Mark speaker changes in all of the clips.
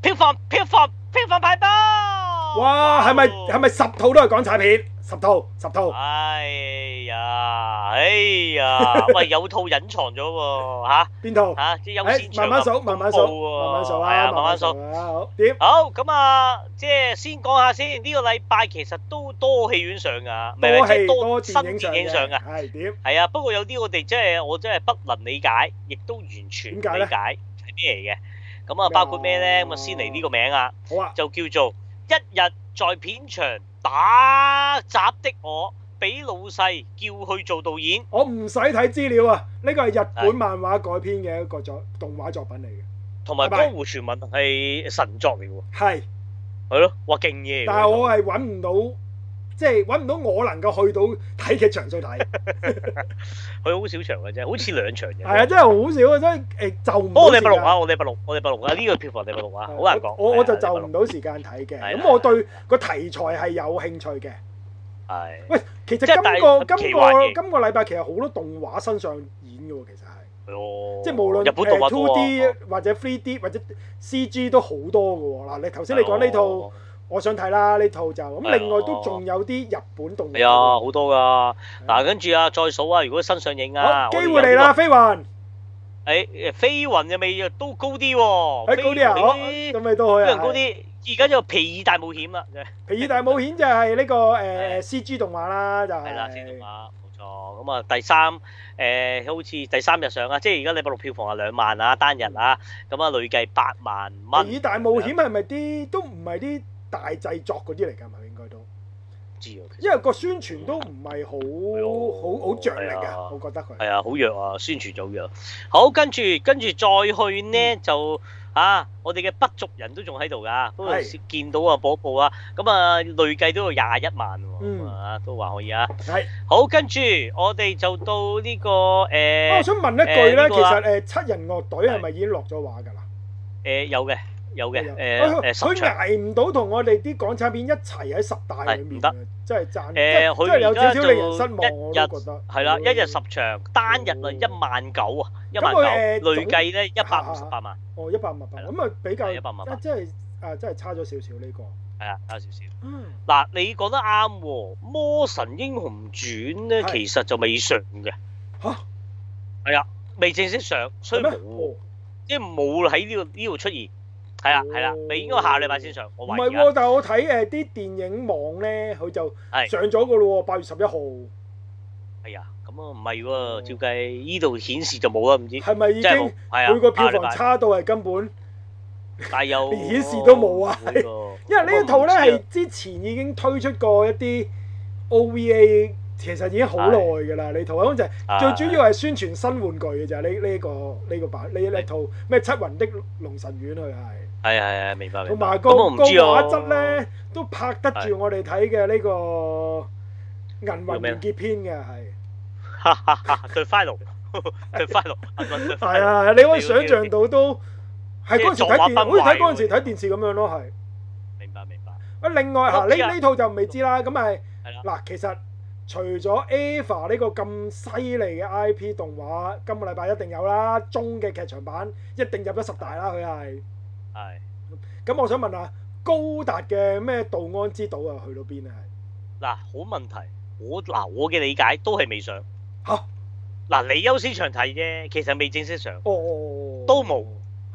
Speaker 1: 票房票房票房派多。
Speaker 2: 哇，係咪係咪十套都係港產片？十套十套。
Speaker 1: 哎呀，哎呀，喂，有套隱藏咗喎，嚇
Speaker 2: 邊套？
Speaker 1: 嚇，即係優
Speaker 2: 誒
Speaker 1: 先，場
Speaker 2: 慢慢
Speaker 1: 啊
Speaker 2: 數，慢慢數，
Speaker 1: 公佈喎
Speaker 2: 慢慢數
Speaker 1: 係
Speaker 2: 啦，
Speaker 1: 啊，
Speaker 2: 慢
Speaker 1: 慢
Speaker 2: 慢
Speaker 1: 慢
Speaker 2: 數
Speaker 1: 數。
Speaker 2: 啦。好，點？
Speaker 1: 好咁啊，即係先講下先，呢個禮拜其實都多戲院上㗎，唔係唔係
Speaker 2: 多
Speaker 1: 即係
Speaker 2: 戲
Speaker 1: 多
Speaker 2: 多
Speaker 1: 新
Speaker 2: 電影上
Speaker 1: 電影上㗎
Speaker 2: 嘅，。係點？
Speaker 1: 係啊，不過有啲我哋真係我真係不能理解，亦都完全唔理
Speaker 2: 點解呢
Speaker 1: 解係咩嚟嘅。咁啊，包括咩咧？咁啊，先嚟呢個名啊，
Speaker 2: 好啊，
Speaker 1: 就叫做一日在片場打雜的我，俾老細叫去做導演。
Speaker 2: 我唔使睇資料啊，呢個係日
Speaker 1: 係
Speaker 2: 本漫畫改編嘅一個作動畫作品嚟嘅。
Speaker 1: 同埋《
Speaker 2: 拜拜
Speaker 1: 江湖傳聞》係神作嚟喎，
Speaker 2: 係，
Speaker 1: 係咯，哇勁嘢嚟喎！
Speaker 2: 但係我係揾唔到，即係揾唔到我能夠去到睇嘅場數 睇。
Speaker 1: 佢好少場嘅啫，好似兩場嘅。
Speaker 2: 係啊，真係好少啊，所以誒就唔
Speaker 1: 不
Speaker 2: 到
Speaker 1: 過我哋
Speaker 2: 時
Speaker 1: 不錄
Speaker 2: 間。
Speaker 1: 啊，我哋不錄，我哋不錄啊，呢個票房你不錄啊，好難講。
Speaker 2: 我我就
Speaker 1: 係啊
Speaker 2: 就
Speaker 1: 我哋
Speaker 2: 唔
Speaker 1: 不錄
Speaker 2: 到時間睇嘅，
Speaker 1: 係啦
Speaker 2: 咁我對個題材係有興趣嘅。
Speaker 1: 係
Speaker 2: 喂，其實
Speaker 1: 即係
Speaker 2: 今
Speaker 1: 但
Speaker 2: 個
Speaker 1: 係
Speaker 2: 今
Speaker 1: 奇幻
Speaker 2: 個
Speaker 1: 嘢
Speaker 2: 今個禮拜其實好多動畫身上演嘅喎，其實係，
Speaker 1: 係喎
Speaker 2: 即係無論
Speaker 1: 哦日本動畫多啊
Speaker 2: two D 或者 three D 或者 CG 都好多嘅喎。嗱，你頭先你講呢套，我想睇啦，呢套就
Speaker 1: 啊哦係啊
Speaker 2: 咁。另外都仲有啲日本動畫
Speaker 1: 係啊，
Speaker 2: 喎。
Speaker 1: 好多噶。嗱，跟住啊，再數啊，如果新上映啊，
Speaker 2: 好，機會嚟啦，飛雲，
Speaker 1: 我哋有呢哎個！誒誒，飛雲嘅味都高啲喎，
Speaker 2: 誒高啲啊，
Speaker 1: 哦飛
Speaker 2: 好
Speaker 1: 雲
Speaker 2: 咁咪都
Speaker 1: 飛
Speaker 2: 去
Speaker 1: 雲
Speaker 2: 啊。
Speaker 1: 高
Speaker 2: 係
Speaker 1: 啲。而家就皮爾大冒險啦，真係
Speaker 2: 皮爾大冒險就係呢個
Speaker 1: 係
Speaker 2: 誒 CG 動畫啦，就
Speaker 1: 係
Speaker 2: 係
Speaker 1: 啦，先動畫冇錯。咁啊，第三誒好似第三日上啊，即係而家禮拜六票房係兩萬啊，單日啊，咁啊累計八萬蚊。
Speaker 2: 皮爾大冒
Speaker 1: 啊
Speaker 2: 險係咪啲都唔係啲大製作嗰啲嚟㗎？係咪應該都？
Speaker 1: 唔知啊，其實
Speaker 2: 因為個宣傳都唔係好
Speaker 1: 咯
Speaker 2: 好好着力
Speaker 1: 係啊
Speaker 2: 啊，我覺得佢。
Speaker 1: 係啊，好弱啊，宣傳就好弱。好，跟住跟住再去呢，
Speaker 2: 嗯
Speaker 1: 就啊，我哋嘅北族人都仲喺度㗎，不過
Speaker 2: 係
Speaker 1: 見到啊播一播啊，咁啊累計都有廿一萬喎，
Speaker 2: 嗯
Speaker 1: 咁啊都話可以啊。
Speaker 2: 係，
Speaker 1: 好，跟住我哋就到呢、個誒誒、
Speaker 2: 啊我想問一句
Speaker 1: 誒呢
Speaker 2: 咧，
Speaker 1: 個
Speaker 2: 其
Speaker 1: 啊
Speaker 2: 實誒七人樂隊係咪已經落咗畫㗎啦？
Speaker 1: 有嘅有嘅誒
Speaker 2: 哦
Speaker 1: 誒
Speaker 2: 佢
Speaker 1: 十場。
Speaker 2: 捱唔到同我哋啲港產片一齊喺十大裏面
Speaker 1: 係
Speaker 2: 啊，真係爭，
Speaker 1: 誒佢
Speaker 2: 真係有少少令人失
Speaker 1: 而家就
Speaker 2: 望，我
Speaker 1: 一日
Speaker 2: 都覺得。
Speaker 1: 係啦，一日十場，單日啊
Speaker 2: 哦
Speaker 1: 一萬九啊，一萬
Speaker 2: 咁佢誒
Speaker 1: 九，
Speaker 2: 總
Speaker 1: 累計咧一百五十八萬，
Speaker 2: 哦一百五十八，
Speaker 1: 係啦
Speaker 2: 咁啊比較
Speaker 1: 係158萬
Speaker 2: 即係啊真係差咗少少呢個。
Speaker 1: 係啊，有少少。
Speaker 2: 嗯，
Speaker 1: 嗱，你講得啱喎，《魔神英雄傳》咧
Speaker 2: 係
Speaker 1: 其實就未上嘅，
Speaker 2: 嚇
Speaker 1: 係啊，未正式上，所以
Speaker 2: 係咩？
Speaker 1: 冇，
Speaker 2: 哦
Speaker 1: 即係冇喺呢度呢度出現，係啦係啦，你應該下禮拜先上，
Speaker 2: 唔
Speaker 1: 我懷
Speaker 2: 係
Speaker 1: 疑啊，
Speaker 2: 喎，但係我睇誒啲電影網咧，佢就
Speaker 1: 係
Speaker 2: 上咗個咯喎，八月十一號。
Speaker 1: 係啊，咁啊唔係喎，照計呢度顯示就冇啦，唔知
Speaker 2: 哦係咪已
Speaker 1: 真係冇
Speaker 2: 經，
Speaker 1: 係啊，
Speaker 2: 每個票
Speaker 1: 下禮
Speaker 2: 房
Speaker 1: 拜，
Speaker 2: 差到係根本？
Speaker 1: 但係又
Speaker 2: 連顯示都冇啊
Speaker 1: 會喎
Speaker 2: 因為呢一套呢
Speaker 1: 咁我唔知啊
Speaker 2: 係之前已經推出過一啲 OVA，其實已經好耐㗎啦。呢套咁就係最主要係宣傳新玩具嘅就係呢呢一個呢、個版呢呢套咩七雲的龍神丸佢係，
Speaker 1: 啊係係係明白明白，
Speaker 2: 同埋個
Speaker 1: 咁我唔
Speaker 2: 個
Speaker 1: 知啊
Speaker 2: 畫質呢都拍得住我哋睇嘅呢
Speaker 1: 叫
Speaker 2: 個銀魂
Speaker 1: 咩呢
Speaker 2: 完結篇嘅 係。
Speaker 1: 哈哈哈， 對 final 對 final，對 final
Speaker 2: 係啊，你可以想象到都係嗰
Speaker 1: 即係
Speaker 2: 陣時睇電，
Speaker 1: 撞畫崩
Speaker 2: 好似睇
Speaker 1: 壞
Speaker 2: 嗰陣時睇電視咁樣咯係。
Speaker 1: 明白明白，
Speaker 2: 啊，另外
Speaker 1: 我
Speaker 2: 嚇
Speaker 1: 唔知啊
Speaker 2: 呢呢套就未知啦，咁咪
Speaker 1: 係啦。
Speaker 2: 嗱，其實除咗 Ava 呢個咁犀利嘅 IP 動畫，今個禮拜一定有啦，中嘅劇場版一定入咗十大啦，佢係。
Speaker 1: 係
Speaker 2: 咁我想問下，高達嘅咩道安之島啊，去到邊啊？
Speaker 1: 嗱，好問題。我嗱我嘅理解都係未上。
Speaker 2: 嚇！
Speaker 1: 嗱，你優先場睇啫，其實未正式上，
Speaker 2: 哦哦，
Speaker 1: 都冇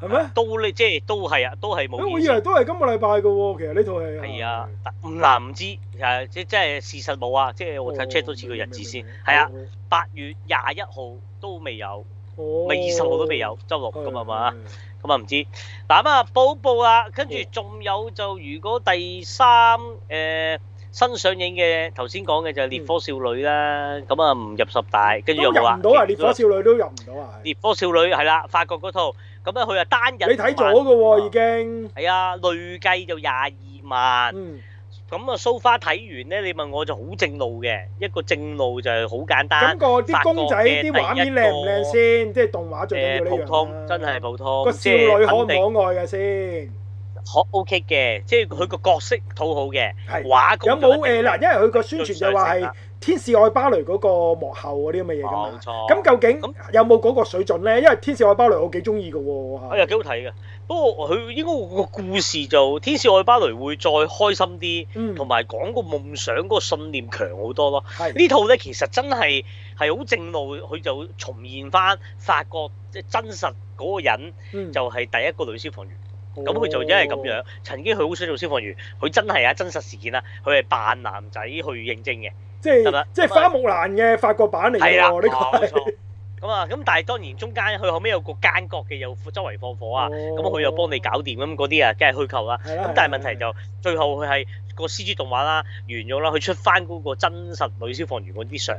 Speaker 2: 係咩？
Speaker 1: 都你即係都係啊，都係
Speaker 2: 誒，
Speaker 1: 冇
Speaker 2: 我
Speaker 1: 意
Speaker 2: 以為
Speaker 1: 思。
Speaker 2: 都係今個禮拜嘅喎，其實呢套戲
Speaker 1: 係啊，但唔難唔知誒，即即係事實冇啊，即係
Speaker 2: 哦
Speaker 1: 我睇 check 到次個日子先。係啊，，八月廿一號都未有，
Speaker 2: 哦，
Speaker 1: 咪二十號都未有，周六咁啊嘛。
Speaker 2: 係？
Speaker 1: 咁啊唔知，嗱咁啊報報啊，跟住
Speaker 2: 哦
Speaker 1: 仲有就如果第三誒、呃新上映嘅頭先講嘅就係《烈火少女》啦，咁啊唔入十大，跟住
Speaker 2: 都入
Speaker 1: 又
Speaker 2: 唔
Speaker 1: 冇啊。
Speaker 2: 到啊！烈火少女都入唔到啊！係
Speaker 1: 烈火少女係啦，法國嗰套，咁咧佢啊單日
Speaker 2: 你睇咗嘅喎，已經。
Speaker 1: 係啊，累計就廿二萬。
Speaker 2: 嗯。
Speaker 1: 咁啊，蘇花睇完咧，你問我就好正路嘅，一個正路就係好簡
Speaker 2: 咁
Speaker 1: 單，
Speaker 2: 個啲公仔啲畫面靚唔靚先？即係動畫最緊
Speaker 1: 誒
Speaker 2: 要呢樣
Speaker 1: 普
Speaker 2: 啦
Speaker 1: 通，真係普通，
Speaker 2: 個
Speaker 1: 即
Speaker 2: 少
Speaker 1: 係
Speaker 2: 女可
Speaker 1: 肯定
Speaker 2: 唔可愛嘅先？
Speaker 1: 好 OK 嘅，即係佢個角色討好嘅，
Speaker 2: 係
Speaker 1: 畫工
Speaker 2: 有
Speaker 1: 就一
Speaker 2: 冇
Speaker 1: 定
Speaker 2: 誒嗱？因為佢個宣傳
Speaker 1: 最上乘
Speaker 2: 就話係《
Speaker 1: 啦
Speaker 2: 天使愛芭蕾》嗰個幕後嗰啲咁嘅嘢㗎嘛
Speaker 1: 冇。錯。
Speaker 2: 咁究竟
Speaker 1: 咁
Speaker 2: 有冇嗰個水準咧？因為《天使愛芭蕾》我幾中意嘅
Speaker 1: 哎呀，
Speaker 2: 喎嚇。
Speaker 1: 幾好睇嘅。不過佢應該個故事就《天使愛芭蕾》會再開心
Speaker 2: 嗯
Speaker 1: 啲，同埋講個夢想嗰個信念強好多咯。
Speaker 2: 係
Speaker 1: 呢套咧其實真係係好正路，佢就重現翻法國即係真實嗰個人
Speaker 2: 嗯哦
Speaker 1: 就係第一個女消防員。咁佢就因為咁樣，曾經佢好想做消防員，佢真係啊真實事件啦，佢係扮男仔去應徵嘅。
Speaker 2: 即係
Speaker 1: 得
Speaker 2: 即係花木蘭嘅法國版嚟嘅
Speaker 1: 係啦，
Speaker 2: 喎，啊呢
Speaker 1: 冇
Speaker 2: 個係
Speaker 1: 錯。咁啊，咁但係當然中間佢後尾有個奸角嘅，又周圍放火啊，咁
Speaker 2: 哦
Speaker 1: 佢又幫你搞掂，咁嗰啲啊，梗係虛構啦。
Speaker 2: 係啦
Speaker 1: 咁
Speaker 2: 係
Speaker 1: 但
Speaker 2: 啦
Speaker 1: 係問題就最後佢係個 C G 動畫啦，完咗啦，佢出翻嗰個真實女消防員嗰啲相，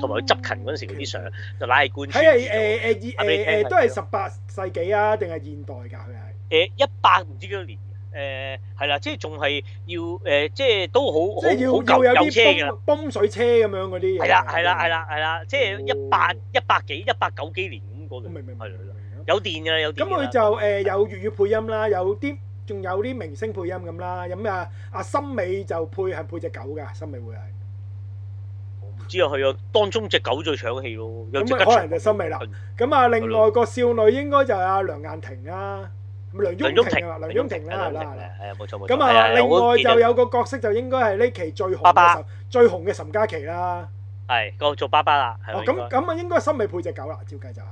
Speaker 1: 同埋佢執勤嗰陣時嗰啲相，就拉係貫
Speaker 2: 睇
Speaker 1: 穿
Speaker 2: 哦係啊
Speaker 1: 咗。
Speaker 2: 誒誒
Speaker 1: 話俾你聽
Speaker 2: 二誒誒
Speaker 1: 係
Speaker 2: 都係
Speaker 1: 點
Speaker 2: 十八世紀啊，定係現代㗎？佢係
Speaker 1: 誒一百唔知幾多年。誒係啦，即係仲係要誒，即係都好
Speaker 2: 即係要
Speaker 1: 好好舊
Speaker 2: 要有
Speaker 1: 有車㗎
Speaker 2: 啲
Speaker 1: 啦。
Speaker 2: 泵泵水車咁樣嗰啲嘢。
Speaker 1: 係啦，係啦，係啦，係啦，即係一百
Speaker 2: 啊哦
Speaker 1: 一百幾、一百九幾年咁嗰
Speaker 2: 我
Speaker 1: 度，
Speaker 2: 哦明，明明明
Speaker 1: 係啦係啦
Speaker 2: 明。
Speaker 1: 有電㗎啦，有電
Speaker 2: 咁
Speaker 1: 㗎
Speaker 2: 佢
Speaker 1: 啦。
Speaker 2: 就誒有粵語配音啦，有啲仲有啲明星配音咁啦。咁啊，阿森美就配係配只狗㗎，森美會係。
Speaker 1: 我唔知啊，佢啊，當中只狗最搶戲咯，有隻嗯
Speaker 2: 咁啊可能就森美啦。咁啊，另外個少女應該就係阿梁雁婷啦，咁梁
Speaker 1: 梁
Speaker 2: 雍
Speaker 1: 雍
Speaker 2: 婷啊，
Speaker 1: 婷，
Speaker 2: 梁雍婷啦，係啦，係啦。
Speaker 1: 係啊，冇錯冇錯。
Speaker 2: 咁
Speaker 1: 係
Speaker 2: 啊，
Speaker 1: 係
Speaker 2: 另
Speaker 1: 我
Speaker 2: 外
Speaker 1: 記得
Speaker 2: 就有個角色就應該係呢期最紅
Speaker 1: 爸
Speaker 2: 嘅
Speaker 1: 爸
Speaker 2: 岑最紅嘅岑嘉琪啦。
Speaker 1: 係個做爸爸啦，係
Speaker 2: 哦，
Speaker 1: 咯，應
Speaker 2: 咁
Speaker 1: 該
Speaker 2: 咁啊，應該森美配只狗啦，照計就係。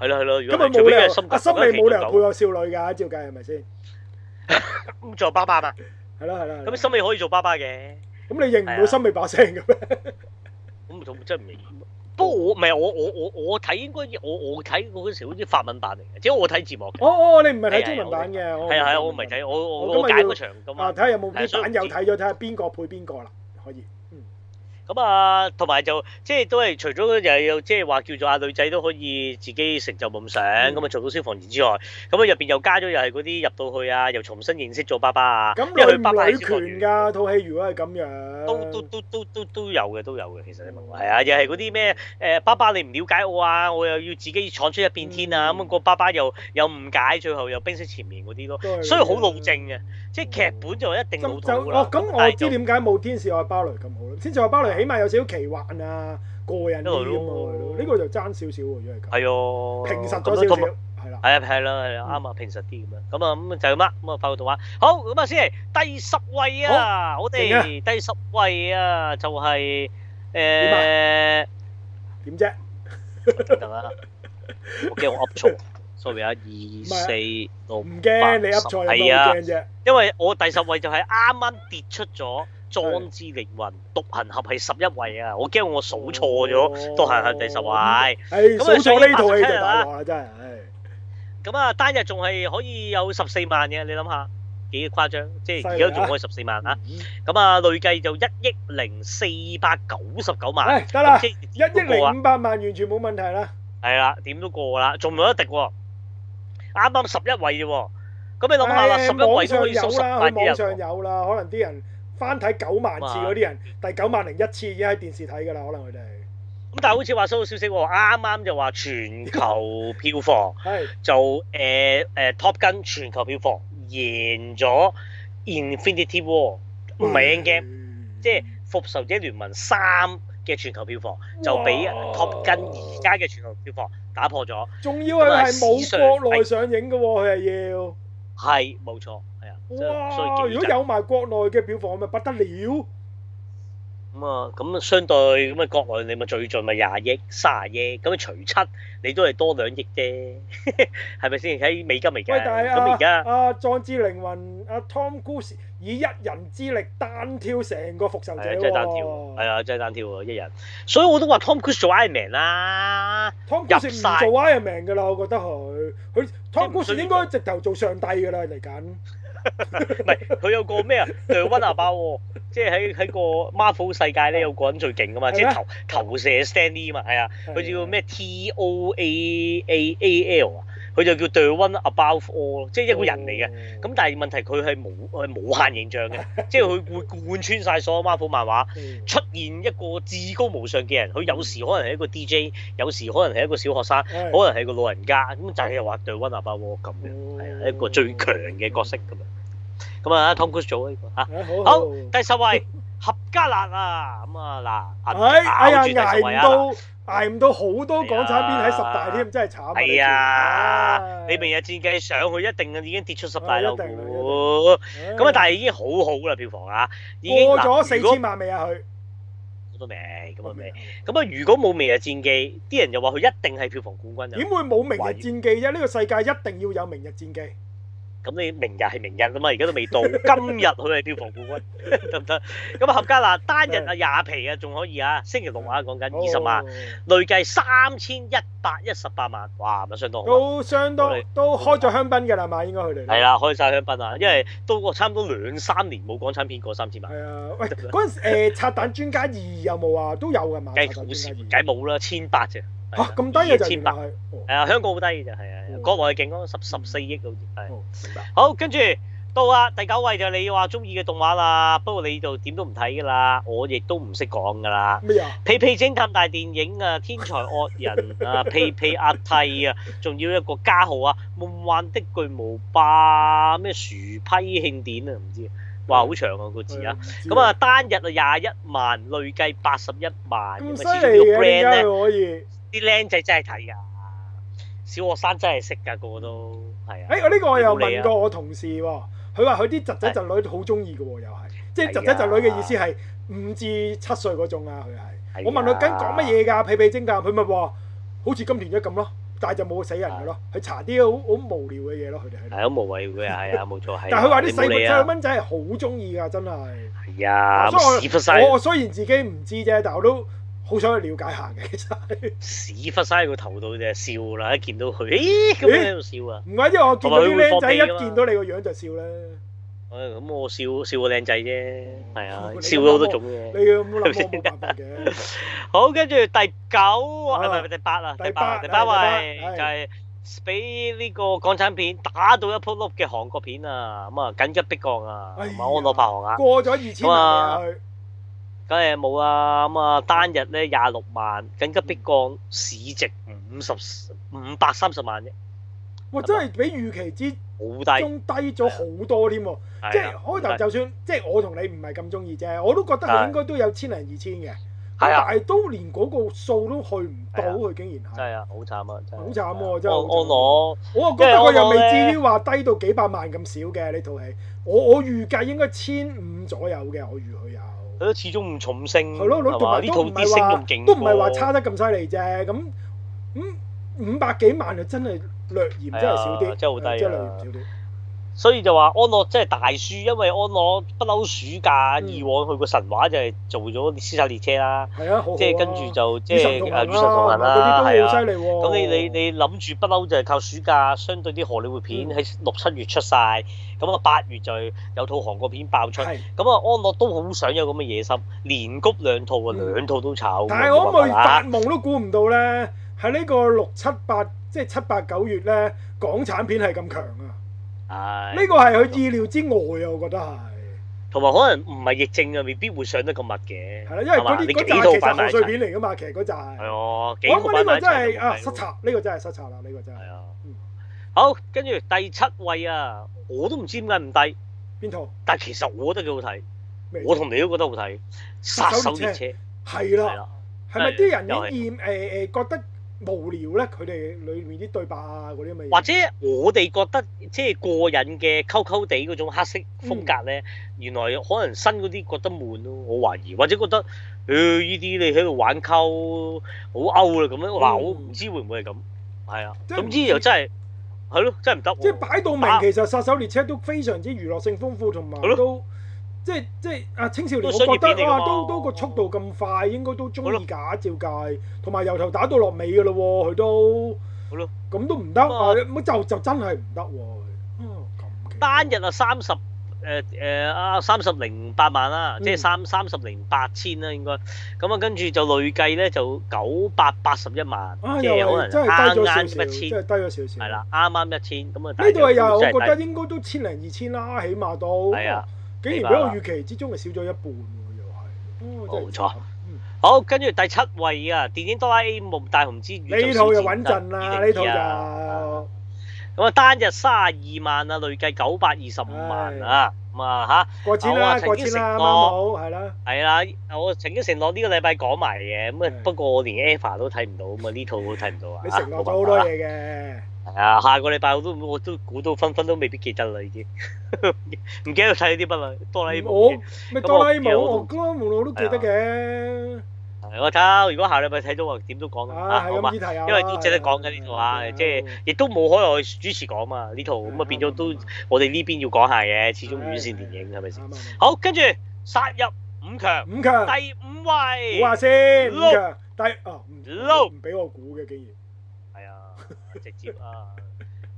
Speaker 1: 係咯係咯，如
Speaker 2: 咁
Speaker 1: 果
Speaker 2: 啊
Speaker 1: 係最
Speaker 2: 冇
Speaker 1: 尾
Speaker 2: 理
Speaker 1: 嘅
Speaker 2: 由
Speaker 1: 心，
Speaker 2: 阿森美冇理由配
Speaker 1: 配
Speaker 2: 個少女㗎，照計係咪先？
Speaker 1: 咁做爸爸嘛，
Speaker 2: 係啦係啦。係啦
Speaker 1: 咁心尾可以做爸爸嘅，
Speaker 2: 咁你認唔
Speaker 1: 係
Speaker 2: 到
Speaker 1: 啊
Speaker 2: 森美把聲嘅 咩？
Speaker 1: 咁就真係唔明。不過我唔係我我我我睇應該我我睇嗰陣時好似法文版嚟嘅，即係我睇字幕嘅。
Speaker 2: 哦哦，你唔係睇中哦文版嘅，我
Speaker 1: 係啊係啊，我唔係睇我我
Speaker 2: 我
Speaker 1: 我
Speaker 2: 今日
Speaker 1: 揀
Speaker 2: 要
Speaker 1: 嗰場㗎嘛
Speaker 2: 啊，睇。下有冇
Speaker 1: 係
Speaker 2: 啲
Speaker 1: 所以
Speaker 2: 版
Speaker 1: 唔
Speaker 2: 友
Speaker 1: 知
Speaker 2: 睇咗，睇下邊個配邊個啦，可以。
Speaker 1: 咁啊，同埋就即係都係除咗又有即係話叫做啊女仔都可以自己成就夢想，
Speaker 2: 嗯
Speaker 1: 咁啊、做到消防員之外，咁啊入邊又加咗又係嗰啲入到去啊，又重新認識咗爸爸啊，
Speaker 2: 咁
Speaker 1: 因為佢爸爸
Speaker 2: 女
Speaker 1: 係
Speaker 2: 唔女
Speaker 1: 消防
Speaker 2: 權
Speaker 1: 員，
Speaker 2: 㗎套戲，如果係咁樣，
Speaker 1: 都都都都都都有嘅，都有嘅。其實你問我係啊，又係嗰啲咩誒爸爸你唔了解我啊，我又要自己闖出一片天啊，咁、
Speaker 2: 嗯
Speaker 1: 個爸爸又又誤解，最後又冰釋前嫌嗰啲咯，
Speaker 2: 都係啊
Speaker 1: 所以好老正嘅，即係劇本就一定老土
Speaker 2: 就就
Speaker 1: 㗎啦
Speaker 2: 哦，咁
Speaker 1: 但
Speaker 2: 我
Speaker 1: 係
Speaker 2: 知
Speaker 1: 就
Speaker 2: 點解冇《天使愛芭蕾》咁好啦，《天使愛芭蕾》起碼有少少奇幻啊，過癮啲
Speaker 1: 一路
Speaker 2: 咁
Speaker 1: 咯
Speaker 2: 啊，呢個就爭少少喎，如果係咁，
Speaker 1: 係哦，
Speaker 2: 平
Speaker 1: 咁
Speaker 2: 實
Speaker 1: 樣
Speaker 2: 咗少
Speaker 1: 同埋
Speaker 2: 少，係啦，
Speaker 1: 係啊，係啦，係啦，啱啊，平實啲咁樣，咁啊，咁就係咁啦，咁啊，快個動畫，好，咁啊，先嚟第十位啊，我
Speaker 2: 勁啊
Speaker 1: 哋第十位啊，就係呃誒，
Speaker 2: 點點啫？
Speaker 1: 等啊，我驚我噏錯，sorry 啊，二四六
Speaker 2: 唔驚，你
Speaker 1: 八
Speaker 2: 噏
Speaker 1: 十
Speaker 2: 錯有
Speaker 1: 係
Speaker 2: 咩好
Speaker 1: 啊
Speaker 2: 驚，啫？
Speaker 1: 因為我第十位就係啱啱跌出咗壯志凌雲獨行俠係十一位啊，我驚我數錯咗獨行俠第十位。
Speaker 2: 係
Speaker 1: 咁啊
Speaker 2: 數
Speaker 1: 所以
Speaker 2: 咗呢套戲
Speaker 1: 拍出
Speaker 2: 就
Speaker 1: 嚟
Speaker 2: 大
Speaker 1: 啦
Speaker 2: 鑊啦，真係，唉
Speaker 1: 咁啊，單日仲係可以有十四萬嘅，你諗下幾誇張？即係而家仲可以十四萬啊！
Speaker 2: 嗯
Speaker 1: 咁啊，累計就一億零四百九十九萬，
Speaker 2: 唉得啦
Speaker 1: 咁。即
Speaker 2: 一億
Speaker 1: 係點都過啊
Speaker 2: 零五百萬完全冇問題啦。
Speaker 1: 係啦，點都過啦，仲有一滴喎，啱啱十一位啫喎。咁你諗下啦，
Speaker 2: 誒
Speaker 1: 十一位都可以
Speaker 2: 網
Speaker 1: 收十啊
Speaker 2: 上有啦，
Speaker 1: 萬幾
Speaker 2: 佢網
Speaker 1: 人
Speaker 2: 上
Speaker 1: 喎，
Speaker 2: 有啦，可能啲人翻睇九萬次嗰啲人，第九萬零一次已經喺電視睇㗎啦，可能佢哋
Speaker 1: 咁但係好似話收到消息喎，啱啱就話全球票房
Speaker 2: 係
Speaker 1: 就誒誒、呃 Top Gun 全球票房贏咗 Infinity War 名嘅。
Speaker 2: 嗯
Speaker 1: 即係《復仇者聯盟三》嘅全球票房就俾
Speaker 2: 哇
Speaker 1: Top Gun 而家嘅全球票房打破咗，
Speaker 2: 仲要佢係
Speaker 1: 咁啊
Speaker 2: 冇
Speaker 1: 史上
Speaker 2: 國內上映嘅喎，佢係要。
Speaker 1: 係冇錯，係啊，所以所
Speaker 2: 哇！
Speaker 1: 以
Speaker 2: 如
Speaker 1: 幾
Speaker 2: 果
Speaker 1: 勁
Speaker 2: 有埋國內嘅票房，咪不得了。
Speaker 1: 咁啊，咁啊相對咁啊國內你咪最盡咪廿億、卅億，咁啊除七你都係多兩億啫， 係咪先？喺美金嚟
Speaker 2: 喂
Speaker 1: 嘅，，
Speaker 2: 但係
Speaker 1: 咁而
Speaker 2: 啊
Speaker 1: 家
Speaker 2: 啊，壯志凌雲阿 Tom Cruise 以一人之力單挑成個復仇者
Speaker 1: 係啊
Speaker 2: 喎。
Speaker 1: 真係單挑，係啊真係單挑喎一人，所以我都話 Tom Cruise 做 Iron Man 啦，
Speaker 2: Tom Cruise 唔
Speaker 1: 入晒
Speaker 2: 做 Iron Man 㗎啦，我覺得佢佢 Tom
Speaker 1: 唔需
Speaker 2: Cruise
Speaker 1: 要
Speaker 2: 應該直頭做上帝㗎啦，嚟緊。
Speaker 1: 唔係佢有個咩啊 The One 阿包喎，即係喺喺個 Marvel 世界咧有個人最勁噶嘛，
Speaker 2: 係
Speaker 1: 即
Speaker 2: 咩
Speaker 1: 係投
Speaker 2: 啊
Speaker 1: 投射 Stanley 嘛，係啊。佢叫咩 T O A A A L 啊，佢就叫 The One Above All，即係一
Speaker 2: 一
Speaker 1: 個人嚟
Speaker 2: 哦
Speaker 1: 嘅。咁但係問題佢係無係無限形象 嘅，即係佢會貫穿晒所有 Marvel 漫畫，出現一個至高無上嘅人。佢有時可能係一個 DJ，有時可能係一個小學生，
Speaker 2: 但
Speaker 1: 可能係個老人家。咁但係又話對温拿巴喎咁
Speaker 2: 哦
Speaker 1: 樣，係啊一個最強嘅角色咁樣。咁啊，Tom Cruise 做呢個嚇。
Speaker 2: 好
Speaker 1: 好，第十位合家辣啊，咁啊
Speaker 2: 唉
Speaker 1: 嗱，
Speaker 2: 哎呀
Speaker 1: 咬住第十位啊哎
Speaker 2: 捱。唔到捱唔到好多港產片喺十大添，真係慘啊！
Speaker 1: 係啊，
Speaker 2: 唉
Speaker 1: 你明日戰記上去一定已經跌出十大
Speaker 2: 啊一
Speaker 1: 樓
Speaker 2: 定啊一定
Speaker 1: 股。
Speaker 2: 唉
Speaker 1: 咁啊，但係已經好好啦，票房啊，已經
Speaker 2: 過
Speaker 1: 嗱
Speaker 2: 咗四
Speaker 1: 如果
Speaker 2: 千萬未啊佢？
Speaker 1: 都未，咁啊未。咁啊，如果冇《明日戰記》，啲人又話佢一定係票房冠軍
Speaker 2: 點
Speaker 1: 啊。
Speaker 2: 會冇明日戰記啫？呢個世界一定要有明日戰記。
Speaker 1: 咁你明日係明日啊嘛，而家都未到，今日佢係票房冠軍 得唔得？咁啊，合家嗱單日啊廿皮啊，仲可以啊，星期六啊講緊二十萬，
Speaker 2: 哦，
Speaker 1: 累計三千一百一十八萬，哇，咪相當好啊。
Speaker 2: 哦都相當
Speaker 1: 我哋
Speaker 2: 都開咗香檳㗎啦嘛，應該佢哋。
Speaker 1: 係。啦，開晒香檳啊，因為都差唔多兩三年冇港產片過三千萬。
Speaker 2: 係 啊，喂，嗰陣時誒《拆彈專家二》有冇啊？都有㗎嘛，
Speaker 1: 計
Speaker 2: 拆彈
Speaker 1: 好
Speaker 2: 專
Speaker 1: 少，
Speaker 2: 家二
Speaker 1: 計冇啦，千八啫。係啊
Speaker 2: 嚇咁低嘅就
Speaker 1: 千
Speaker 2: 原
Speaker 1: 八
Speaker 2: 來。係。哦
Speaker 1: 係啊，香港好低嘅就係啊
Speaker 2: 嗯，
Speaker 1: 國內勁咯，十十四億好似係。啊
Speaker 2: 哦，明白。
Speaker 1: 好，跟住到啊第九位就你話中意嘅動畫啦，不過你就點都唔睇㗎啦，我亦都唔識講㗎啦。
Speaker 2: 咩啊？
Speaker 1: 屁屁偵探大電影啊，天才惡人 啊，屁屁阿替啊，仲要一個加號啊，夢幻的巨無霸咩薯批慶典啊，唔知，哇
Speaker 2: 嗯
Speaker 1: 好長啊個字啊！咁啊，單日啊廿一萬，累計八十一萬，咁
Speaker 2: 咁犀
Speaker 1: 啊，始終呢
Speaker 2: 利
Speaker 1: 個
Speaker 2: 嘅
Speaker 1: brand
Speaker 2: 點解
Speaker 1: 咧，
Speaker 2: 佢可以？
Speaker 1: 啲僆仔真係睇㗎，小學生真係識㗎，個個都係啊。
Speaker 2: 誒，我呢個我又
Speaker 1: 你冇理
Speaker 2: 問
Speaker 1: 啊
Speaker 2: 過我同事喎，佢話佢啲侄仔侄女都好中意嘅喎，又係，即
Speaker 1: 啊
Speaker 2: 係侄仔侄女嘅意思係五至七歲嗰種啊，
Speaker 1: 哎
Speaker 2: 佢係。我問佢跟講乜嘢㗎？屁屁偵探，佢咪話好似金田一咁咯，但係就冇死人嘅咯，佢查啲好好無聊嘅嘢咯，佢哋喺度。
Speaker 1: 係好無謂嘅，係啊，冇錯，係啊。
Speaker 2: 但係佢話啲
Speaker 1: 哎你冇
Speaker 2: 細個
Speaker 1: 理
Speaker 2: 細
Speaker 1: 啊
Speaker 2: 路，蚊仔係好中意㗎，真係。
Speaker 1: 係啊，屎忽
Speaker 2: 所以我
Speaker 1: 曬
Speaker 2: 我雖然自己唔知啫，但我都好想去了解下嘅，其 實。
Speaker 1: 屎忽曬個頭度就笑啦，一見到佢，咦咁樣喺度笑啊。
Speaker 2: 唔怪之我見到啲僆仔一
Speaker 1: 同埋佢會放屁㗎嘛
Speaker 2: 見到你個樣就笑啦。
Speaker 1: 唉咁我笑笑個靚仔啫，係啊，
Speaker 2: 哦你
Speaker 1: 笑咗好多
Speaker 2: 諗
Speaker 1: 種
Speaker 2: 你
Speaker 1: 嘅。
Speaker 2: 要咁諗我冇辦法嘅。
Speaker 1: 好，跟住第九啊，唔係唔係第八啊，第
Speaker 2: 第
Speaker 1: 八
Speaker 2: 八哎
Speaker 1: 第八位
Speaker 2: 第八係
Speaker 1: 就係俾呢個港產片打到一鋪碌嘅韓國片啊，咁啊緊急迫降啊，咁
Speaker 2: 哎
Speaker 1: 啊
Speaker 2: 呀
Speaker 1: 安樂拍行啊。
Speaker 2: 過咗二千萬啊佢，
Speaker 1: 梗係冇啊！咁啊，單日咧廿六萬，緊急迫降市值五十五百三十萬啫，
Speaker 2: 哇！真係比預期之
Speaker 1: 好低。
Speaker 2: 中低咗好多添喎。即
Speaker 1: 係
Speaker 2: 係
Speaker 1: 啊
Speaker 2: 開
Speaker 1: 好
Speaker 2: 頭
Speaker 1: 低
Speaker 2: 就算即係我同你唔係咁中意啫，我都覺得佢應該都有千零二千嘅。咁
Speaker 1: 係
Speaker 2: 但
Speaker 1: 啊
Speaker 2: 係都連嗰個數都去唔到，
Speaker 1: 係啊
Speaker 2: 佢竟然
Speaker 1: 真
Speaker 2: 係。
Speaker 1: 係啊，好慘啊！真係
Speaker 2: 好慘喎
Speaker 1: 啊
Speaker 2: 真係好
Speaker 1: 安
Speaker 2: 慘
Speaker 1: 安樂
Speaker 2: 我又覺得佢又
Speaker 1: 因為我
Speaker 2: 未
Speaker 1: 呢
Speaker 2: 至於話低到幾百萬咁少嘅呢套戲。我我預計應該千五左右嘅，我預佢有。
Speaker 1: 佢都始終唔重升，
Speaker 2: 係咯，
Speaker 1: 嗯係
Speaker 2: 同
Speaker 1: 嘛
Speaker 2: 埋
Speaker 1: 呢
Speaker 2: 都
Speaker 1: 套
Speaker 2: 唔
Speaker 1: 啲
Speaker 2: 係
Speaker 1: 升
Speaker 2: 話
Speaker 1: 仲勁
Speaker 2: 都唔係話
Speaker 1: 喎
Speaker 2: 差得咁犀利啫。咁咁五百幾萬就真係略嫌真係少
Speaker 1: 係啊
Speaker 2: 啲，
Speaker 1: 真係好低啊
Speaker 2: 係真係略嫌少啲。
Speaker 1: 所以就話安樂真係大輸，因為安樂不嬲暑假，
Speaker 2: 嗯
Speaker 1: 以往佢個神話就係做咗《屍殺列車》啦，
Speaker 2: 係啊，好好啊
Speaker 1: 即係跟住就即
Speaker 2: 與神同
Speaker 1: 係啊《
Speaker 2: 行啦
Speaker 1: 與神同行》啦，係
Speaker 2: 嗰啲都
Speaker 1: 啊
Speaker 2: 好犀。利喎。
Speaker 1: 咁你你你諗住不嬲就係靠暑假，相對啲荷里活片
Speaker 2: 嗯
Speaker 1: 喺六七月出晒，咁啊八月就有套韓國片爆出，咁啊
Speaker 2: 係，
Speaker 1: 安樂都好想有咁嘅野心，連谷兩套啊，
Speaker 2: 嗯
Speaker 1: 兩套都炒。
Speaker 2: 但係我可唔可
Speaker 1: 冇
Speaker 2: 以
Speaker 1: 辦法
Speaker 2: 發
Speaker 1: 啦
Speaker 2: 夢都估唔到咧？喺呢個六七八即係七八九月咧，港產片係咁強啊！
Speaker 1: 唉
Speaker 2: 呢個係佢意料之外啊，我覺得係。
Speaker 1: 同埋可能唔係疫症啊，未必會上得咁密嘅。
Speaker 2: 係啦，因為
Speaker 1: 係嘛
Speaker 2: 嗰啲
Speaker 1: 你
Speaker 2: 嗰
Speaker 1: 幾
Speaker 2: 扎
Speaker 1: 套
Speaker 2: 其
Speaker 1: 擺
Speaker 2: 實
Speaker 1: 埋
Speaker 2: 賀
Speaker 1: 一
Speaker 2: 歲
Speaker 1: 齊
Speaker 2: 片嚟㗎嘛，其實嗰扎係。
Speaker 1: 係哦，幾
Speaker 2: 我
Speaker 1: 個
Speaker 2: 諗
Speaker 1: 擺埋
Speaker 2: 呢個
Speaker 1: 一
Speaker 2: 真
Speaker 1: 齊
Speaker 2: 係
Speaker 1: 就冇計
Speaker 2: 啊
Speaker 1: 喎
Speaker 2: 失策，呢個真係失策啦，呢個真係
Speaker 1: 係啊
Speaker 2: 嗯。
Speaker 1: 好，跟住第七位啊，我都唔知點解唔低，
Speaker 2: 邊套？
Speaker 1: 但係其實我覺得幾好睇，
Speaker 2: 咩
Speaker 1: 我同你都覺得好睇，《殺手列車》
Speaker 2: 係
Speaker 1: 係
Speaker 2: 啦，
Speaker 1: 啦，
Speaker 2: 係咪啲人
Speaker 1: 又係
Speaker 2: 已厭誒誒覺得無聊咧？佢哋裏面啲對白啊嗰啲咁嘅嘢，
Speaker 1: 或者我哋覺得即係過癮嘅溝溝地嗰種黑色風格咧，原來可能新嗰啲覺得悶咯，我懷疑，或者覺得誒呢啲你喺度玩溝好歐啦咁樣，嗱
Speaker 2: 嗯
Speaker 1: 我唔知會唔會係咁，係啊，
Speaker 2: 真係唔
Speaker 1: 總
Speaker 2: 知
Speaker 1: 之又真係係咯，真係唔得喎，
Speaker 2: 即係擺到明
Speaker 1: 打，
Speaker 2: 其實殺手列車都非常之娛樂性豐富，同埋
Speaker 1: 啊係咯
Speaker 2: 都即係即係啊青少年，
Speaker 1: 都
Speaker 2: 我
Speaker 1: 商業
Speaker 2: 覺
Speaker 1: 片
Speaker 2: 得
Speaker 1: 嚟㗎
Speaker 2: 哇，
Speaker 1: 嘛
Speaker 2: 都都個速度咁快，應該都中
Speaker 1: 係咯
Speaker 2: 意㗎，照計，同埋由頭打到落尾㗎咯喎，佢都
Speaker 1: 係咯，
Speaker 2: 咁都唔得
Speaker 1: 咁啊
Speaker 2: 啊！咁就就真係唔得喎。嗯咁嘅
Speaker 1: 單日啊三十誒誒啊三十零八萬
Speaker 2: 嗯
Speaker 1: 啦，即係三三十零八千啦應該。咁啊，跟住就累計咧就九百八十一萬，
Speaker 2: 啊，
Speaker 1: 即
Speaker 2: 又
Speaker 1: 係
Speaker 2: 係
Speaker 1: 可
Speaker 2: 真
Speaker 1: 能
Speaker 2: 係低
Speaker 1: 啱
Speaker 2: 咗少少，
Speaker 1: 啱一啊千，
Speaker 2: 真係低咗少少。
Speaker 1: 係，啦，啱啱一千咁啊。但
Speaker 2: 呢度係又我
Speaker 1: 真係
Speaker 2: 覺
Speaker 1: 低
Speaker 2: 得應該都千零二千啦，起碼都。
Speaker 1: 係啊，
Speaker 2: 竟然比我預期之中係少咗一半喎，又係。哦真係
Speaker 1: 冇錯
Speaker 2: 慘嗯
Speaker 1: 好，跟住第七位啊，電影《哆啦 A 夢大雄之宇宙
Speaker 2: 呢
Speaker 1: 小
Speaker 2: 套就
Speaker 1: 戰
Speaker 2: 穩
Speaker 1: 隊
Speaker 2: 陣啦，呢
Speaker 1: 2022
Speaker 2: 套
Speaker 1: 啊
Speaker 2: 就。
Speaker 1: 咁啊，單日三十二萬啊，累計九百二十五萬啊，咁啊
Speaker 2: 過千
Speaker 1: 我
Speaker 2: 啦，
Speaker 1: 啊曾
Speaker 2: 過
Speaker 1: 經
Speaker 2: 千
Speaker 1: 食
Speaker 2: 啦，啱啱
Speaker 1: 過
Speaker 2: 好係啦。
Speaker 1: 吓，係啦，我曾經承諾呢個禮拜講埋嘅，咁啊
Speaker 2: 係
Speaker 1: 不過我連 Eva 都睇唔到，咁啊呢套都睇唔到啊，
Speaker 2: 你承諾
Speaker 1: 冇
Speaker 2: 咗好
Speaker 1: 辦
Speaker 2: 多
Speaker 1: 法啦
Speaker 2: 嘢嘅，
Speaker 1: 係啊，下個禮拜我都我都估到分分都未必記得啦，已經 唔記得睇啲乜啦，哆啦 A
Speaker 2: 我
Speaker 1: 夢嘅
Speaker 2: 咪
Speaker 1: 咁
Speaker 2: 哆
Speaker 1: 我
Speaker 2: 啦 A
Speaker 1: 記得
Speaker 2: 夢，
Speaker 1: 我都
Speaker 2: 我哆啦 A 夢我都記得嘅。
Speaker 1: 係我睇下，如果下禮拜睇到話點都講啦，
Speaker 2: 啊，
Speaker 1: 嚇
Speaker 2: 係
Speaker 1: 好
Speaker 2: 咁
Speaker 1: 嘛
Speaker 2: 議，題啊，嗯
Speaker 1: 因為都值得講嘅呢套啊即係亦都冇可能我主持講嘛呢套，咁啊變咗都我哋呢邊要講下嘅，始
Speaker 2: 啊
Speaker 1: 終院線電影係咪先？
Speaker 2: 好
Speaker 1: 好，跟住殺入五強，
Speaker 2: 嗯五強，
Speaker 1: 第五
Speaker 2: 估下
Speaker 1: 位。
Speaker 2: 先，
Speaker 1: 六
Speaker 2: 五強，第啊唔
Speaker 1: 六
Speaker 2: 唔俾我估嘅竟然。
Speaker 1: 係啊，直接啊，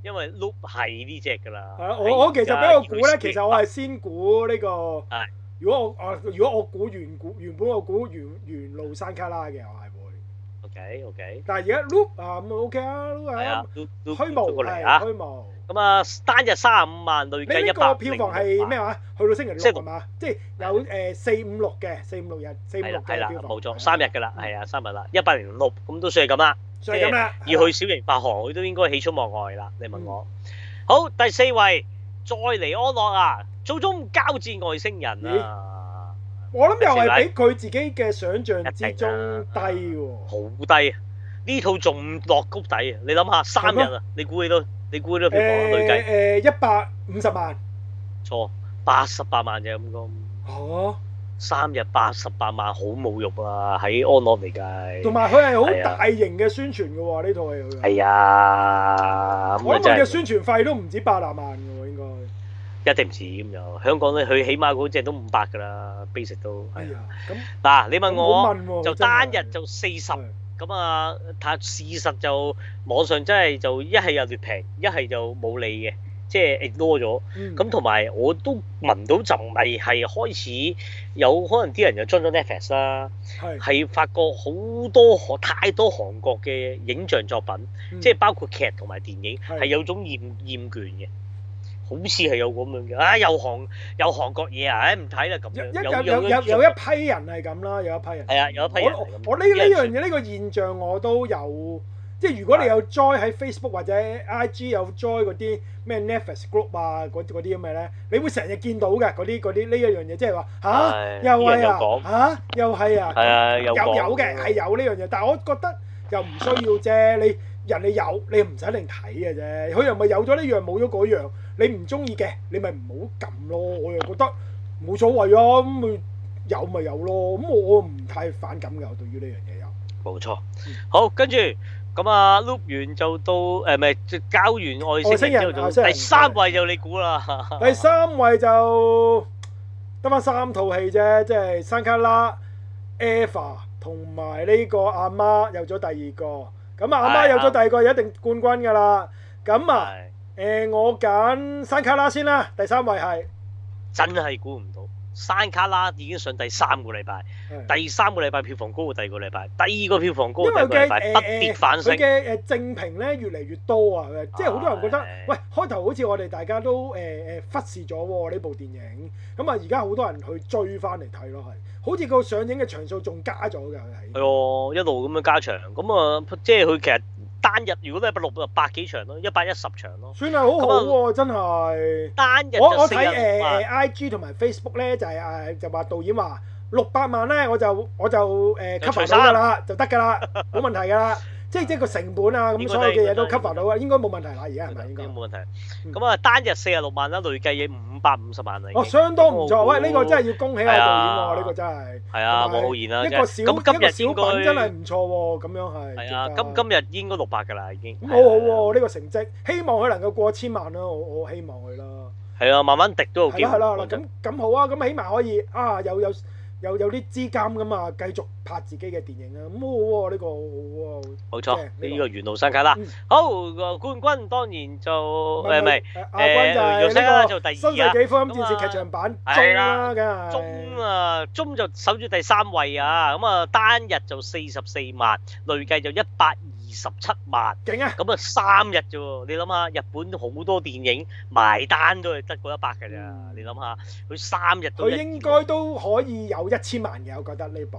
Speaker 1: 因為 loop 係呢只㗎啦。
Speaker 2: 係啊，我我其實俾我估咧，其實我
Speaker 1: 係
Speaker 2: 係先估呢個
Speaker 1: 啊係。
Speaker 2: 如果我啊，如果我估原估原本我估原原路山卡拉嘅，我係會。
Speaker 1: OK OK
Speaker 2: 但係而家 loop 啊，咁 OK 啊，loop
Speaker 1: 係啊
Speaker 2: 啊，
Speaker 1: ，loop
Speaker 2: 虛
Speaker 1: loop
Speaker 2: 無
Speaker 1: 過
Speaker 2: 係
Speaker 1: 嚟啊。
Speaker 2: 虛無。
Speaker 1: 咁啊，單日三十五萬，累
Speaker 2: 你
Speaker 1: 計
Speaker 2: 呢
Speaker 1: 一
Speaker 2: 個
Speaker 1: 百
Speaker 2: 票房係咩？啊話？去到星期
Speaker 1: 即係
Speaker 2: 六係嘛？即係有誒四五六嘅，四五六日，四五
Speaker 1: 係
Speaker 2: 六
Speaker 1: 啦係
Speaker 2: 嘅
Speaker 1: 啦，
Speaker 2: 票房。
Speaker 1: 冇錯，三日㗎啦，係啊，三日啦，一百零六，咁都算係咁啦。
Speaker 2: 就係咁啊啦。
Speaker 1: 要去小型發行，佢都應該喜出望外啦。你
Speaker 2: 嗯
Speaker 1: 問我，好第四位，再嚟安樂啊，祖宗交戰外星人啊，
Speaker 2: 我諗又係比佢自己嘅想象之中低喎。
Speaker 1: 好低啊！呢套仲落谷底啊！你諗下，三日
Speaker 2: 係
Speaker 1: 啊，你估幾多？你估幾多票房啊？累計
Speaker 2: 誒誒一百五十萬，
Speaker 1: 錯八十八萬啫咁講，
Speaker 2: 哦，
Speaker 1: 三日八十八萬好侮辱啊！喺安樂嚟計，
Speaker 2: 同埋佢係
Speaker 1: 係
Speaker 2: 好
Speaker 1: 啊
Speaker 2: 大型嘅宣傳嘅喎，呢套係佢。
Speaker 1: 係啊，咁
Speaker 2: 我
Speaker 1: 啊
Speaker 2: 諗佢
Speaker 1: 真
Speaker 2: 嘅
Speaker 1: 係
Speaker 2: 宣傳費都唔止百零萬嘅喎，應該。
Speaker 1: 一定唔止咁樣。香港咧，佢起碼嗰隻都五百㗎啦，basic 都
Speaker 2: 哎
Speaker 1: 係啊
Speaker 2: 呀，咁
Speaker 1: 嗱，你問我。
Speaker 2: 冇問喎
Speaker 1: 就
Speaker 2: 真係
Speaker 1: 單日就四十
Speaker 2: 係
Speaker 1: 咁啊！但事實就網上真係就一係又劣評，一係就冇理嘅，即係 ignore 咗。
Speaker 2: 嗯
Speaker 1: 咁同埋我都聞到就係係開始有可能啲人又裝咗 Netflix 啦，
Speaker 2: 係
Speaker 1: 係發覺好多韓太多韓國嘅影像作品，
Speaker 2: 嗯
Speaker 1: 即係包括劇同埋電影，
Speaker 2: 係
Speaker 1: 係有種厭厭倦嘅。好似係有咁樣嘅，啊有韓有韓國嘢啊，唉唔睇啦咁樣，
Speaker 2: 有一有有有有一批人係咁啦，有一批人
Speaker 1: 係啊有一批人係
Speaker 2: 我
Speaker 1: 咁
Speaker 2: 我呢呢樣嘢呢個現象我都有，即係如果你有 join 喺 Facebook 或者 IG 有 join 嗰啲咩 Netflix group 啊嗰嗰啲咁嘅咧，你會成日見到嘅嗰啲嗰啲呢一樣嘢，即係話
Speaker 1: 係
Speaker 2: 吓啊又
Speaker 1: 啲人
Speaker 2: 係
Speaker 1: 有講
Speaker 2: 啊吓又係啊
Speaker 1: 係啊
Speaker 2: 有
Speaker 1: 有講
Speaker 2: 有嘅係有呢樣嘢，但係我覺得又唔需要啫，你人哋有你唔使一定睇嘅啫，佢又咪有咗呢樣冇咗嗰樣，你唔中意嘅你咪唔好撳咯，我又覺得。冇所謂啊，咁咪有咪有咯。咁我我唔太反感嘅，我對於呢樣嘢又。
Speaker 1: 冇錯
Speaker 2: 嗯。
Speaker 1: 好，跟住咁啊，loop 完就到誒，咪交完外星人之後，就
Speaker 2: 外星人
Speaker 1: 第三位就你估啦。
Speaker 2: 第三位就得翻三套戲啫，即係《山卡拉》、《Eva》同埋呢個阿媽有咗第二個。咁啊，阿媽有咗第二個，一定冠軍㗎啦。咁啊，
Speaker 1: 係
Speaker 2: 誒我揀山卡拉先啦，第三位係。
Speaker 1: 真係估唔到，山卡拉已經上第三個禮拜，
Speaker 2: 係
Speaker 1: 第三個禮拜票房高過第二個禮拜，第二個票房高過
Speaker 2: 嗯
Speaker 1: 第二
Speaker 2: 因為
Speaker 1: 個
Speaker 2: 佢
Speaker 1: 禮
Speaker 2: 嘅
Speaker 1: 拜，不
Speaker 2: 誒
Speaker 1: 跌
Speaker 2: 誒
Speaker 1: 反
Speaker 2: 佢
Speaker 1: 升。
Speaker 2: 嘅誒正評咧越嚟越多啊！即係好多人覺得
Speaker 1: 係，
Speaker 2: 喂，開頭好似我哋大家都誒誒忽視咗喎呢部電影，咁啊而家好多人去追翻嚟睇咯，係好似個上映嘅場數仲加咗㗎，佢
Speaker 1: 係
Speaker 2: 係
Speaker 1: 喎，一路咁樣加長，咁啊，即係佢其實單日如果禮拜六啊百幾場咯，一百一十場咯，
Speaker 2: 算係好好
Speaker 1: 啊
Speaker 2: 喎，真係。
Speaker 1: 單日
Speaker 2: 我
Speaker 1: 就
Speaker 2: 我
Speaker 1: 四
Speaker 2: 睇呃
Speaker 1: 日
Speaker 2: 誒
Speaker 1: 五萬
Speaker 2: 誒 IG 同埋 Facebook 咧就係誒就話導演話六百萬咧我就我就誒
Speaker 1: 就除
Speaker 2: cover
Speaker 1: 衫
Speaker 2: 到㗎啦，就得㗎啦， 冇問題㗎啦。即係即係個成本啊，
Speaker 1: 應
Speaker 2: 咁
Speaker 1: 該
Speaker 2: 所有嘅嘢都
Speaker 1: 得應該
Speaker 2: cover 到啊，應該冇問題啦。而家係咪應該
Speaker 1: 應？冇問題。
Speaker 2: 嗯
Speaker 1: 咁啊，單日四十六萬啦，累計嘢五百五十萬啦已經。
Speaker 2: 哦，相當唔錯，
Speaker 1: 咁我
Speaker 2: 喂！呢個真係要恭喜下
Speaker 1: 係
Speaker 2: 導
Speaker 1: 啊
Speaker 2: 演喎，呢個真係
Speaker 1: 係啊，
Speaker 2: 同埋
Speaker 1: 黃浩然啦，
Speaker 2: 一個
Speaker 1: 即
Speaker 2: 小
Speaker 1: 係
Speaker 2: 一個小
Speaker 1: 今日
Speaker 2: 品真係
Speaker 1: 應
Speaker 2: 唔錯喎，咁樣係
Speaker 1: 該係啊，
Speaker 2: 值得
Speaker 1: 今今日應該六百㗎啦，已經。
Speaker 2: 咁好好喎，呢個成績，希望佢能夠過千萬啦，我我希望佢啦，
Speaker 1: 係啊，慢慢滴都有
Speaker 2: 係
Speaker 1: 機
Speaker 2: 啦
Speaker 1: 會。
Speaker 2: 係啦，
Speaker 1: 講真
Speaker 2: 嗱咁咁好啊，咁起碼可以啊有有有有啲資金咁啊，繼續拍自己嘅電影啊，咁好喎呢個好喎。
Speaker 1: 冇錯，
Speaker 2: 即係呢個
Speaker 1: 呢個元老山卡啦
Speaker 2: 嗯。
Speaker 1: 好，個冠軍當然就誒唔呃係
Speaker 2: 亞軍就
Speaker 1: 啊
Speaker 2: 係呢個新世紀福音戰士劇場版中啦，梗係
Speaker 1: 中啊，中就守住第三位啊。咁啊，單日就四十四萬，累計就一百二十七萬。
Speaker 2: 勁啊！
Speaker 1: 咁啊，三日啫喎！你諗下，日本好多電影埋單都係得嗰一百㗎咋
Speaker 2: 嗯？
Speaker 1: 你諗下，佢三日都
Speaker 2: 佢
Speaker 1: 一
Speaker 2: 應
Speaker 1: 二喎
Speaker 2: 該都可以有一千萬嘅，我覺得呢部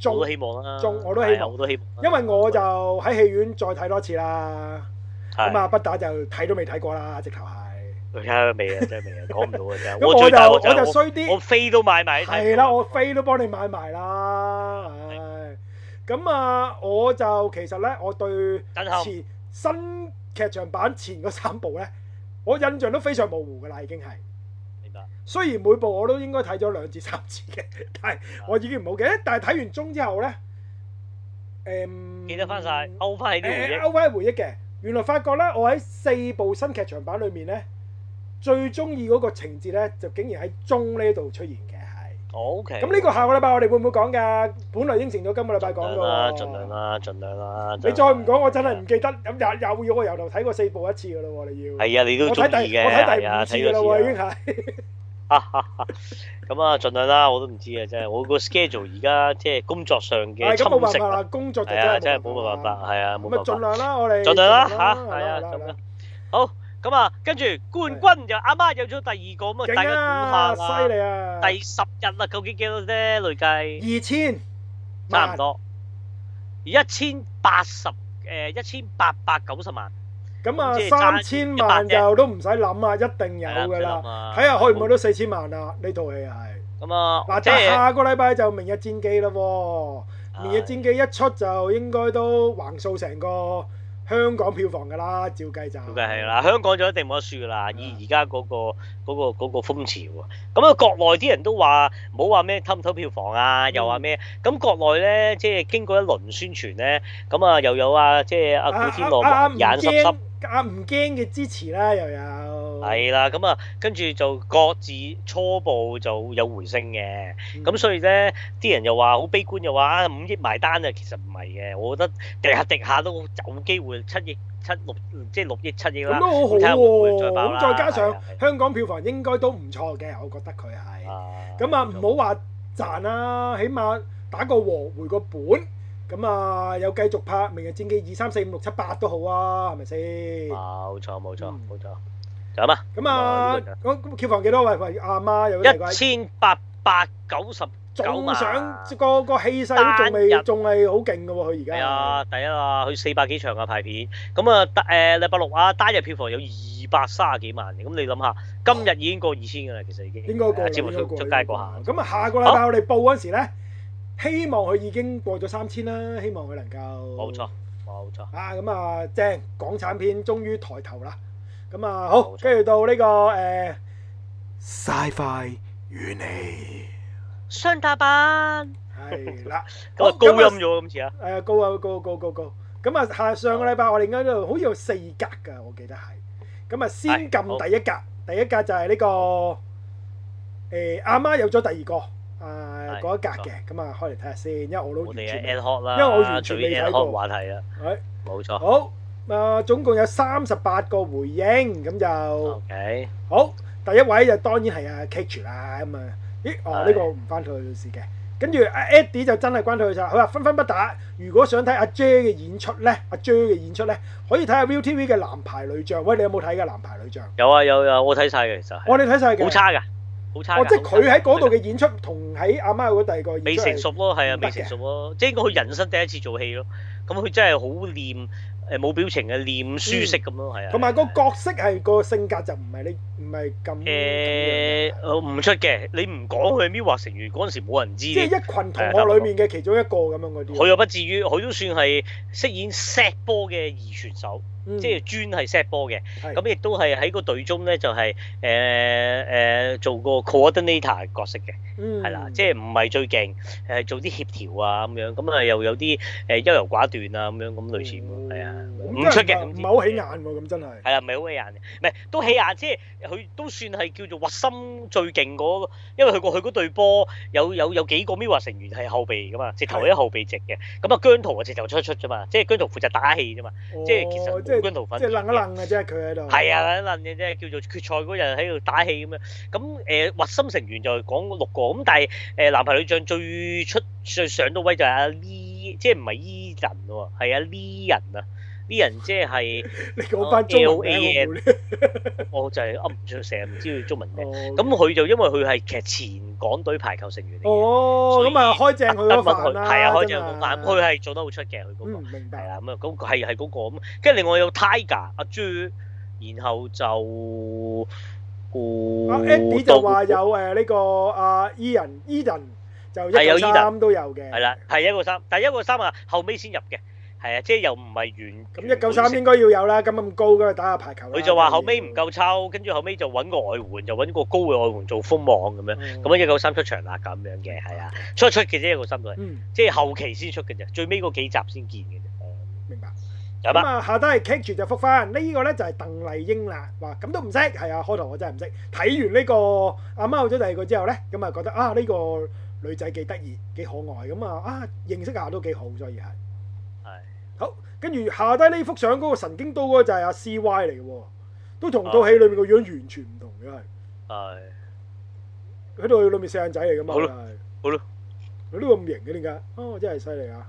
Speaker 2: 中
Speaker 1: 我都，希望啦，
Speaker 2: 中我都希望
Speaker 1: 係啊我都希望啦。
Speaker 2: 因為我就喺戲院再睇多次啦。
Speaker 1: 係
Speaker 2: 咁啊，不打就睇都未睇過啦，直頭係。
Speaker 1: 佢睇下未啊，真係未啊，講唔到啊真係。
Speaker 2: 咁
Speaker 1: 我
Speaker 2: 我
Speaker 1: 最大鑊
Speaker 2: 就
Speaker 1: 就
Speaker 2: 我就
Speaker 1: 係
Speaker 2: 衰
Speaker 1: 我我
Speaker 2: 啲，
Speaker 1: 飛都買埋。
Speaker 2: 係啦，我飛都幫你買埋啦。唉，咁啊，我就其實咧，我對
Speaker 1: 等候
Speaker 2: 前新劇場版前嗰三部咧，我印象都非常模糊噶啦，已經係。
Speaker 1: 明白。
Speaker 2: 雖然每部我都應該睇咗兩至三次嘅， 但係
Speaker 1: 啊
Speaker 2: 我已經唔好記得。但係睇完中之後咧，誒、
Speaker 1: 記得翻晒，勾翻起啲回
Speaker 2: 嗯誒
Speaker 1: 憶。
Speaker 2: 勾翻回憶嘅。原來發覺咧，我喺四部新劇場版裏面咧，最中意嗰個情節咧，就竟然喺中呢度出現嘅係。
Speaker 1: O K。
Speaker 2: 咁呢個下個禮拜我哋會唔會講㗎？本來應承咗今個禮拜講㗎
Speaker 1: 盡量啦，盡量。啦，盡量啦。
Speaker 2: 你
Speaker 1: 盡量啦
Speaker 2: 再唔講，我真係唔記得。咁又又要我由頭睇過四部一次㗎咯喎，你要。
Speaker 1: 係啊，你都
Speaker 2: 我
Speaker 1: 中意
Speaker 2: 睇第
Speaker 1: 嘅，
Speaker 2: 我睇
Speaker 1: 係
Speaker 2: 第
Speaker 1: 啊，
Speaker 2: 五次
Speaker 1: 睇
Speaker 2: 㗎啦
Speaker 1: 咗
Speaker 2: 喎，已
Speaker 1: 次
Speaker 2: 經
Speaker 1: 啦。
Speaker 2: 係。
Speaker 1: 哈哈哈 咁啊，盡量啦，我都唔知啊，真係我個 schedule 而家即係工作上嘅
Speaker 2: 係
Speaker 1: 侵
Speaker 2: 咁冇辦法
Speaker 1: 蝕
Speaker 2: 啦，
Speaker 1: 啊，
Speaker 2: 工作就
Speaker 1: 係啊，真係
Speaker 2: 真
Speaker 1: 冇辦法，係啊，冇
Speaker 2: 咁
Speaker 1: 辦
Speaker 2: 啊，
Speaker 1: 法
Speaker 2: 盡。量啦，我哋
Speaker 1: 盡量啦
Speaker 2: 盡
Speaker 1: 嚇，係
Speaker 2: 係啦
Speaker 1: 啊，
Speaker 2: 係啦
Speaker 1: 咁
Speaker 2: 係
Speaker 1: 啦
Speaker 2: 啦。
Speaker 1: 好，咁啊，跟住冠軍就啱啱有咗第二個，咁啊，大
Speaker 2: 勁
Speaker 1: 家
Speaker 2: 啊，
Speaker 1: 估下啦。
Speaker 2: 犀利啊！
Speaker 1: 第十日啦，究竟幾多咧？累計
Speaker 2: 二千，
Speaker 1: 差唔。多一千八十誒一千八百九十萬，
Speaker 2: 咁啊
Speaker 1: 咁即，係
Speaker 2: 三
Speaker 1: 爭
Speaker 2: 千
Speaker 1: 一百
Speaker 2: 萬
Speaker 1: 啫
Speaker 2: 就都唔使諗啊，一定有
Speaker 1: 係啦，
Speaker 2: 㗎啦。
Speaker 1: 啦
Speaker 2: 睇下去唔去到四千萬啦？呢套戲係
Speaker 1: 咁啊，
Speaker 2: 嗱，
Speaker 1: 即
Speaker 2: 但係
Speaker 1: 係
Speaker 2: 下個禮拜就《明日戰記》啦喎，《明日戰記》一出就應該都橫掃成個香港票房㗎啦，照計就。照
Speaker 1: 咁梗係。啦，香港就一定冇得輸㗎啦。以而家嗰個嗰個嗰個風潮啊，咁啊國內啲人都話唔好話咩偷唔偷票房啊，又話咩咁國內咧，即係經過一輪宣傳咧，咁啊又有啊，即係阿古天
Speaker 2: 啊啊
Speaker 1: 樂眼濕濕
Speaker 2: 唔。驚啊唔驚嘅支持啦，又有。
Speaker 1: 係啦，咁啊，跟住就各自初步就有回升嘅，
Speaker 2: 嗯
Speaker 1: 咁所以咧，啲人又話好悲觀，又話啊五億埋單啊，其實唔係嘅，我覺得滴下滴下都有機會七億七六，即係六億七億
Speaker 2: 咁
Speaker 1: 啦
Speaker 2: 都。好好
Speaker 1: 睇下會唔會再
Speaker 2: 喎，
Speaker 1: 爆啦
Speaker 2: 咁再加
Speaker 1: 係啊
Speaker 2: 上
Speaker 1: 係啊
Speaker 2: 香港票房應該都唔錯嘅，我覺得佢係。
Speaker 1: 啊
Speaker 2: 咁啊，唔好話賺啦，起碼打個和回個本，咁啊有繼續拍《明日戰記》二三四五六七八都好啊，係咪先？
Speaker 1: 冇錯冇錯
Speaker 2: 嗯
Speaker 1: 冇錯，咁啊，
Speaker 2: 咁啊，咁咁票房幾多位？喂，阿媽有
Speaker 1: 一千八百九十九
Speaker 2: 啊仲
Speaker 1: 萬，
Speaker 2: 想個個氣勢都仲
Speaker 1: 單
Speaker 2: 未
Speaker 1: 日
Speaker 2: 仲係好勁嘅喎，佢而
Speaker 1: 係
Speaker 2: 家。
Speaker 1: 啊，第一啊，佢四百幾場啊排片，咁啊，得誒禮拜六啊，單日票房有二百三十幾萬嘅，咁你諗下，今日已經過二千㗎啦，其實已經
Speaker 2: 應該過
Speaker 1: 係啊
Speaker 2: 啦，
Speaker 1: 節目
Speaker 2: 應該
Speaker 1: 出
Speaker 2: 過
Speaker 1: 出
Speaker 2: 啦
Speaker 1: 街嗰下。
Speaker 2: 咁啊，下個禮拜我哋報嗰陣時咧，希望佢已經過咗三千啦，希望佢能夠。
Speaker 1: 冇錯。冇錯，
Speaker 2: 啊，咁啊，正港產片終於抬頭啦！咁啊，好
Speaker 1: 冇，錯
Speaker 2: 跟住到呢、個誒 Sci-Fi 與你
Speaker 1: 雙打版
Speaker 2: 係啦，
Speaker 1: 咁啊
Speaker 2: 好
Speaker 1: 高
Speaker 2: 咁啊
Speaker 1: 音咗今次啊，
Speaker 2: 誒、高啊高高高高，咁啊下上個禮拜我哋應該都好似有四格㗎，我記得係，咁啊先撳
Speaker 1: 好
Speaker 2: 第一格，第一格就係呢、個誒阿、媽有咗第二個啊
Speaker 1: 係
Speaker 2: 嗰一格嘅，咁啊開嚟睇下先，因為我都
Speaker 1: 我
Speaker 2: 完
Speaker 1: 哋啊
Speaker 2: 全
Speaker 1: ad hoc 啦，
Speaker 2: 因為我完全
Speaker 1: 最
Speaker 2: 未
Speaker 1: ad
Speaker 2: 睇
Speaker 1: hoc
Speaker 2: 過
Speaker 1: 話題啦，
Speaker 2: 係
Speaker 1: 冇錯。
Speaker 2: 好啊，總共有三十八個回應，咁就。
Speaker 1: OK，
Speaker 2: 好，第一位就當然係阿 Cage 啦，咁啊，咦，哦
Speaker 1: 係
Speaker 2: 呢個唔關佢事嘅。跟住阿 Eddie 就真係關佢事啦，佢話分分不打。如果想睇阿 J 嘅演出咧，阿 J 嘅演出咧，可以睇下 ViuTV 嘅男排女將。喂，你有冇睇嘅男排女將？
Speaker 1: 有啊有有，我睇晒嘅其實係，
Speaker 2: 我哋睇晒嘅。
Speaker 1: 好差㗎，好差㗎。
Speaker 2: 哦，即係
Speaker 1: 好差㗎
Speaker 2: 佢喺嗰度嘅演出同喺阿媽嗰第二個
Speaker 1: 未
Speaker 2: 演出
Speaker 1: 成
Speaker 2: 係
Speaker 1: 熟咯，係啊
Speaker 2: 唔，得
Speaker 1: 未
Speaker 2: 嘅
Speaker 1: 成熟咯，即係佢人生第一次做戲咯。咁佢真係好念誒冇表情嘅念書式咁咯，係啊。
Speaker 2: 同埋個角色係個性格就唔係你唔係咁咁樣
Speaker 1: 誒
Speaker 2: 嘅
Speaker 1: 我唔出嘅，你唔講佢係 MIRROR 成員嗰陣時冇人知
Speaker 2: 即係一
Speaker 1: 嘅。
Speaker 2: 群同學裡面嘅其中一個咁樣嗰啲。
Speaker 1: 佢又不至於，佢都算係飾演 set 波嘅二傳手，
Speaker 2: 嗯
Speaker 1: 即係專係 set 波嘅。
Speaker 2: 係
Speaker 1: 咁亦都係喺個隊中咧，就係誒誒做個 coordinator 角色嘅。
Speaker 2: 嗯
Speaker 1: 係啦，即係唔係最勁，誒做啲協調啊咁樣，咁啊又有啲誒優柔寡斷啊咁樣，咁類似咁咯，係啊，
Speaker 2: 哦
Speaker 1: 唔出嘅
Speaker 2: 咁真係唔係唔係好起眼喎，咁真係。
Speaker 1: 係啦，唔係好起眼嘅，唔係都起眼，即係佢佢都算係叫做核心最勁嗰，因為佢過去嗰隊波有有有幾個 MIRROR 成員係後備噶嘛，直頭係後備席嘅。咁啊，姜濤啊直頭出出啫嘛，即係姜濤負責打氣啫嘛， 即係其實
Speaker 2: 哦即係
Speaker 1: 姜濤粉
Speaker 2: 即係楞一楞嘅啫，佢喺度。
Speaker 1: 係
Speaker 2: 哦
Speaker 1: 啊，撚撚嘅啫，叫做決賽嗰日喺度打氣咁樣。咁誒、呃核心成員就講六個，咁但係誒、呃男排女將最出最上到位就係阿 Lee，即係唔係 E 人喎，係阿 Lee 人啊。呢人即 係
Speaker 2: 你講翻中文名
Speaker 1: LAN
Speaker 2: 好唔好咧
Speaker 1: 我就係噏哦唔出，成日唔知佢中文名。
Speaker 2: 哦
Speaker 1: 咁佢就因為佢係劇前港隊排球成員嚟嘅，
Speaker 2: 哦，咁啊，開正佢
Speaker 1: 特
Speaker 2: 嗰
Speaker 1: 登
Speaker 2: 飯
Speaker 1: 佢
Speaker 2: 啦，
Speaker 1: 係啊，開
Speaker 2: 真
Speaker 1: 正嗰飯，佢係做得好出嘅，佢嗰個
Speaker 2: 嗯，明
Speaker 1: 係
Speaker 2: 白。
Speaker 1: 啦，咁啊，咁係係嗰個咁，跟住另外有 Tiger 阿朱，然後就
Speaker 2: 阿
Speaker 1: 哦
Speaker 2: 啊 Andy 就話有誒呢個阿 Ian Eden 就一
Speaker 1: 係有
Speaker 2: 九
Speaker 1: Eden
Speaker 2: 三都有嘅，
Speaker 1: 係啦，係一個三，但係一個三啊，後尾先入嘅，係啊，即係又唔係原
Speaker 2: 咁一九三應該要有啦，咁咁高咁啊打下排球啦。
Speaker 1: 佢就話後尾
Speaker 2: 當然
Speaker 1: 唔夠抽，跟住後尾就揾個外援，就揾個高嘅外援做封網咁樣，
Speaker 2: 嗯
Speaker 1: 咁啊一九三出場啦咁樣嘅，係啊，出一出嘅啫一個三都係，
Speaker 2: 嗯，
Speaker 1: 即係後期先出嘅啫，最尾嗰幾集先見嘅啫，嗯
Speaker 2: 明白。
Speaker 1: 係
Speaker 2: 咁
Speaker 1: 嘛？
Speaker 2: 啊，下低係 catch 住就復翻，呢個咧就係鄧麗英啦。話咁都唔識，係啊，開頭我真係唔識。睇完呢個阿貓咗第二個之後咧，咁啊覺得啊呢個女仔幾得意，幾可愛，咁啊啊認識下都幾好，所以係。
Speaker 1: 係。
Speaker 2: 好，跟住下低呢幅相嗰個神經刀嗰個就係阿 C Y 嚟嘅喎，都同套戲裏面個樣完全唔同嘅係。啊
Speaker 1: 係
Speaker 2: 佢度裏面四眼仔嚟噶嘛？
Speaker 1: 好咯
Speaker 2: 係
Speaker 1: 好咯。
Speaker 2: 佢呢個咁型嘅點解？哦，真係犀利啊！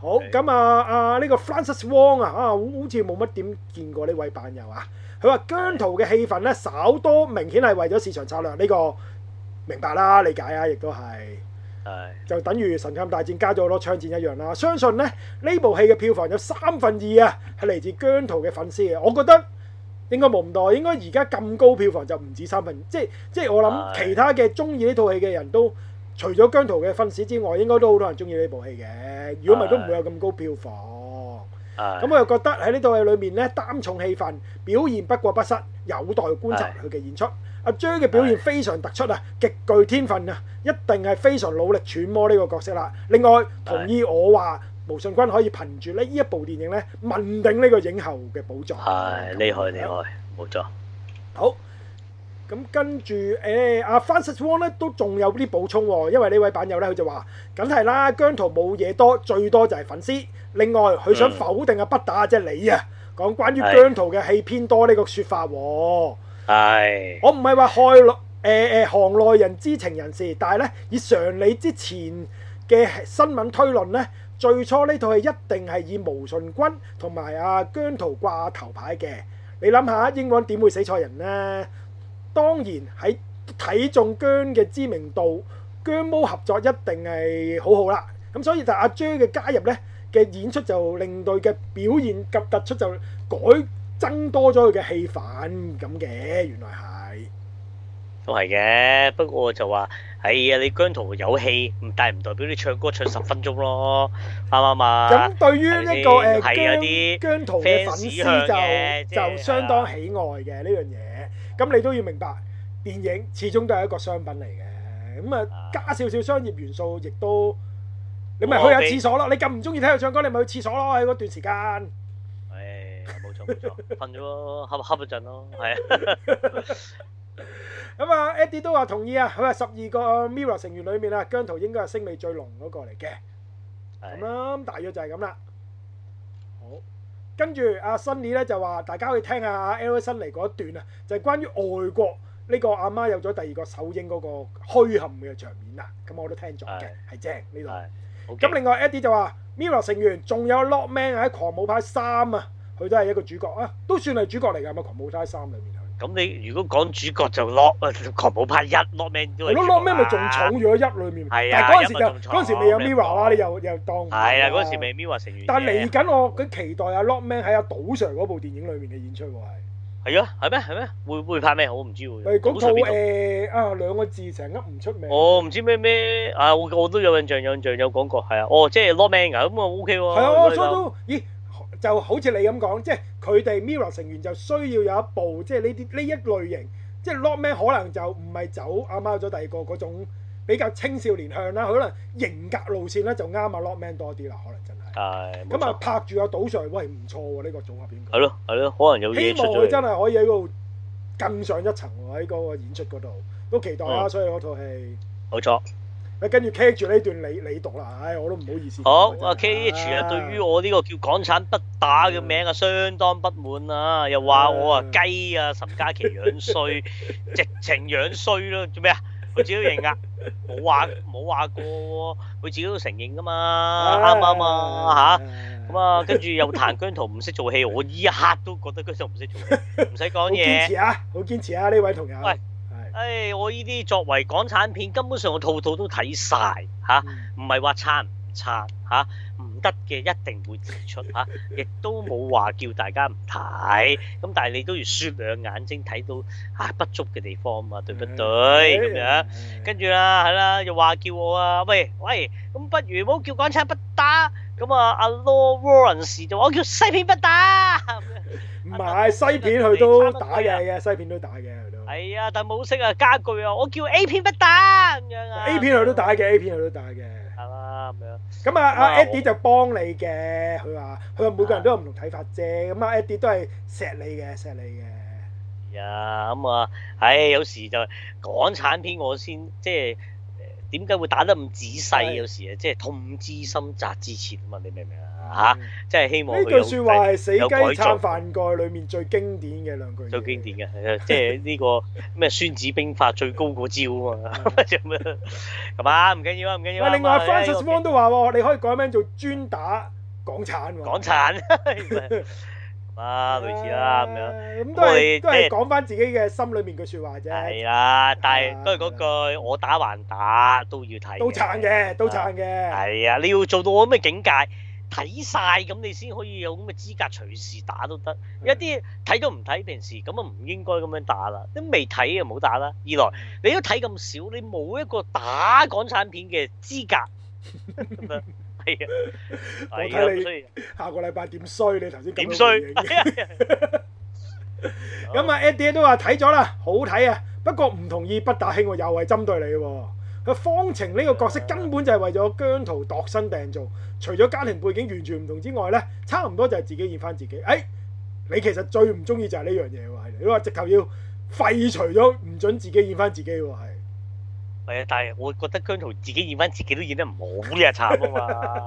Speaker 2: 好
Speaker 1: 係
Speaker 2: 咁啊啊！呢個 Francis Wong 啊啊，好好似冇乜點見過呢位版友啊。佢話姜圖嘅戲份咧稍多，明顯係為咗市場策略呢個明白啦，理解啊，亦都係
Speaker 1: 係
Speaker 2: 就等於《神探大戰》加咗好多槍戰一樣啦。相信咧呢部戲嘅票房有三分二啊係嚟自姜圖嘅粉絲嘅，啊我覺得。應該冇咁多，應該而家咁高票房就唔止三分，即係即係我諗
Speaker 1: 係
Speaker 2: 其他嘅中意呢套戲嘅人都除咗姜濤嘅粉絲之外，應該都好多人中意呢部戲嘅。如果唔係都唔會有咁高票房。
Speaker 1: 係
Speaker 2: 咁啊我又覺得喺呢套戲裏面咧擔重戲份，表現不過不失，有待觀察佢嘅演出。阿 J 嘅表現非常突出啊，極具天分啊，一定係非常努力揣摩呢個角色啦。另外同意我話。毛舜筠可以憑住呢呢一部電影咧，問鼎呢個影后嘅寶座。
Speaker 1: 係厲害厲害，冇錯。
Speaker 2: 好，咁跟住誒阿 Francis Wong 咧都仲有啲補充喎，因為呢位版友咧佢就話：梗係啦，姜濤冇嘢多，最多就係粉絲。另外佢
Speaker 1: 嗯
Speaker 2: 想否定阿不打即係你啊，講關於
Speaker 1: 係
Speaker 2: 姜濤嘅戲偏多呢個説法喎。
Speaker 1: 係
Speaker 2: 我唔係話害內誒誒行內人知情人士，但係咧以常理之前嘅新聞推論咧，最初呢套戲一定係以毛舜筠同埋阿姜濤掛頭牌嘅。你諗下，英文點會死錯人呢？當然喺睇中姜嘅知名度，姜毛合作一定係好好啦。咁所以就阿 J 嘅加入呢嘅演出就令到佢嘅表現及突出就改增多咗佢嘅戲份咁嘅，原來係
Speaker 1: 都係嘅，不過就話，哎呀，你姜濤有戲，唔但係唔代表你唱歌唱十分鐘咯，啱唔啱啊？
Speaker 2: 咁。對於呢個
Speaker 1: 係
Speaker 2: 誒
Speaker 1: 係有啲
Speaker 2: 姜姜濤嘅粉
Speaker 1: fans 向嘅
Speaker 2: 絲
Speaker 1: 即
Speaker 2: 就
Speaker 1: 係
Speaker 2: 就相當喜愛嘅呢樣嘢。咁你都要明白，電影始終都係一個商品嚟嘅。咁啊
Speaker 1: 啊，
Speaker 2: 加少少商業元素，亦都你咪去下廁所咯。你咁唔中意聽佢唱歌，你咪去廁所咯。喺嗰段時間。
Speaker 1: 誒，冇錯冇 錯，瞓咗咯，瞌瞌一陣咯，係啊，
Speaker 2: 咁啊，Eddie 都話同意啊。佢話十二個 Mirror 成員裏面啊，姜濤應該係聲味最濃嗰個嚟嘅。咁
Speaker 1: 係
Speaker 2: 啦，咁大約就係咁啦。好，跟住阿新李咧就話，大家可以聽下阿 L 新嚟嗰一段啊，就係、關於外國呢個阿媽有咗第二個首映嗰個虛冚嘅場面啦。咁我都聽咗嘅，係正呢度。
Speaker 1: 係。OK
Speaker 2: 咁另外 Eddie 就話 Mirror 成員仲有 Lockman 喺《狂舞派三》啊，佢都係一個主角啊，都算係主角嚟㗎嘛，《狂舞派三》裏面佢。
Speaker 1: 咁你如果講主角就 lock 誒狂舞派一 lock man 都
Speaker 2: 係
Speaker 1: 係主
Speaker 2: 咯
Speaker 1: 角
Speaker 2: ，Lockman 咪仲
Speaker 1: 啦
Speaker 2: 重咗一裏面，
Speaker 1: 係啊
Speaker 2: 但係嗰陣時
Speaker 1: 因為仲
Speaker 2: 就
Speaker 1: 重
Speaker 2: 嗰陣時未有
Speaker 1: 咩
Speaker 2: Mirror 啊啦，你又又當哦唔
Speaker 1: 係啦，
Speaker 2: 到
Speaker 1: 嗰陣時未 Mirror 成員嘅，
Speaker 2: 但嚟緊我佢期待阿 Lockman 喺阿賭 Sir 嗰部電影裏面嘅演出喎，係
Speaker 1: 係啊，係咩係咩？會會拍咩？我唔知喎。
Speaker 2: 咪嗰
Speaker 1: 賭
Speaker 2: 套
Speaker 1: 場嗯邊度哦
Speaker 2: 誒啊兩個字成日噏唔出名，
Speaker 1: 我唔知咩咩啊！我我都有印象，有印象有講過，係啊，哦，即係 lock man 啊，咁啊 OK 喎。
Speaker 2: 係啊，所以
Speaker 1: 如果
Speaker 2: 都咦就好似你咁講，即係佢哋 Mirror 成員就需要有一部即係呢啲呢一類型，即係 Lockman 可能就唔係走阿貓咗第二個嗰種比較青少年向啦，可能型格路線咧就啱阿 Lockman 多啲啦，可能真係。
Speaker 1: 係冇
Speaker 2: 咁啊
Speaker 1: 錯
Speaker 2: 拍住阿賭 Sir，喂唔錯喎呢個組合應該
Speaker 1: 係。咯係咯，可能有
Speaker 2: 希
Speaker 1: 嘢出
Speaker 2: 望佢
Speaker 1: 咗
Speaker 2: 真
Speaker 1: 嚟。
Speaker 2: 係可以喺度更上一層喎喺嗰個演出嗰度，都期待啦。
Speaker 1: 嗯
Speaker 2: 所以嗰套戲，
Speaker 1: 冇錯。
Speaker 2: 誒跟住 K 住呢段你你讀啦，唉，我都唔好意思。
Speaker 1: 好
Speaker 2: 真係
Speaker 1: 啊，K H 啊，對於
Speaker 2: 啊
Speaker 1: 我呢個叫港產不打嘅名啊，相當不滿啊，又話我啊雞啊，岑嘉琪樣 衰，直情樣衰咯，做咩啊？佢自己都認噶，冇話冇話過喎，佢自己都承認噶嘛，啱唔啱啊嚇？咁，啊，跟住又彈姜濤唔識做戲，我依一刻都覺得姜濤唔識做戲， 唔使
Speaker 2: 好
Speaker 1: 講
Speaker 2: 堅持
Speaker 1: 嘢。
Speaker 2: 啊，好堅持啊，呢位同友。
Speaker 1: 喂
Speaker 2: 係，
Speaker 1: 誒，我呢啲作為港產片，根本上我套套都睇晒嚇。
Speaker 2: 嗯
Speaker 1: 唔係話撐唔撐嚇，唔得嘅一定會指出嚇，亦都冇話叫大家唔睇，咁但係你都要雪亮眼睛睇到啊不足嘅地方
Speaker 2: 嗯
Speaker 1: 嘛，對不對咁
Speaker 2: 啊
Speaker 1: 樣？。跟住啦，係啦，又話叫我啊，喂喂，咁不如唔好叫港產不打，咁啊阿 Law Warrens 就話我叫西片不打，
Speaker 2: 唔係西片佢都打嘅嘅，西片都打嘅佢都。
Speaker 1: 係啊，但冇識啊家具啊，我叫 A 片不打咁樣啊
Speaker 2: A 片佢都打嘅，A 片佢都打嘅。
Speaker 1: 係啦咁樣。
Speaker 2: 咁啊，
Speaker 1: 哇
Speaker 2: 阿
Speaker 1: 我
Speaker 2: Eddie 就幫你嘅，佢話佢話每個人都有唔同睇法啫。咁啊，Eddie 都係錫你嘅，錫你嘅。
Speaker 1: 哎呀，咁啊，唉，有時就港產片我先即係誒點解會打得咁仔細？
Speaker 2: 係
Speaker 1: 有時啊，即係痛之心，責之切啊嘛，你明唔明啊？嚇，即係希望
Speaker 2: 嗯呢
Speaker 1: 佢
Speaker 2: 句
Speaker 1: 有
Speaker 2: 説話係死雞
Speaker 1: 有改造
Speaker 2: 撐飯蓋裏面最經典嘅兩句嘢。
Speaker 1: 最經典嘅，係啊即係呢個咩《孫子兵法》最高嗰招啊 嘛，咁啊咁啊，唔緊要啊，唔緊要啊。
Speaker 2: 喂，另外
Speaker 1: 咁啊
Speaker 2: Francis Wong 都話喎，你可以改名做專打港產喎。
Speaker 1: 港產 啊，類似啦咁樣。
Speaker 2: 樣。咁
Speaker 1: 咁
Speaker 2: 都
Speaker 1: 我哋
Speaker 2: 係都
Speaker 1: 即係
Speaker 2: 係講翻自己嘅心裏面句説話啫。
Speaker 1: 啊係啦，但係都係嗰句，我打還打都要睇。
Speaker 2: 都撐嘅，都撐嘅。
Speaker 1: 係啊，你要做到咁嘅境界，睇晒咁你先可以有咁嘅資格隨時打都得。
Speaker 2: 嗯
Speaker 1: 有一啲睇都唔睇平時，咁啊唔應該咁樣打啦。都未睇啊，唔好打啦。二
Speaker 2: 嗯
Speaker 1: 來你都睇咁少，你冇一個打港產片嘅資格。咁樣 係啊，
Speaker 2: 我
Speaker 1: 係
Speaker 2: 睇
Speaker 1: 啊，
Speaker 2: 你
Speaker 1: 所以
Speaker 2: 下個禮拜點衰？你頭先咁樣
Speaker 1: 點衰？
Speaker 2: 回應
Speaker 1: 哦
Speaker 2: 咁啊，Eddie 都話睇咗啦，好睇啊。不過唔同意不打兄喎，又係針對你喎。佢方程呢個角色
Speaker 1: 啊
Speaker 2: 根本就係為咗姜濤度身訂造，除咗家庭背景完全唔同之外呢，差唔多就係自己演翻自己。誒、哎你其實最唔中意就係呢樣嘢喎，係你話直頭要廢除咗唔准自己演翻自己喎，係。
Speaker 1: 係啊，但係我覺得姜濤自己演翻自己都演得唔好，呢係慘啊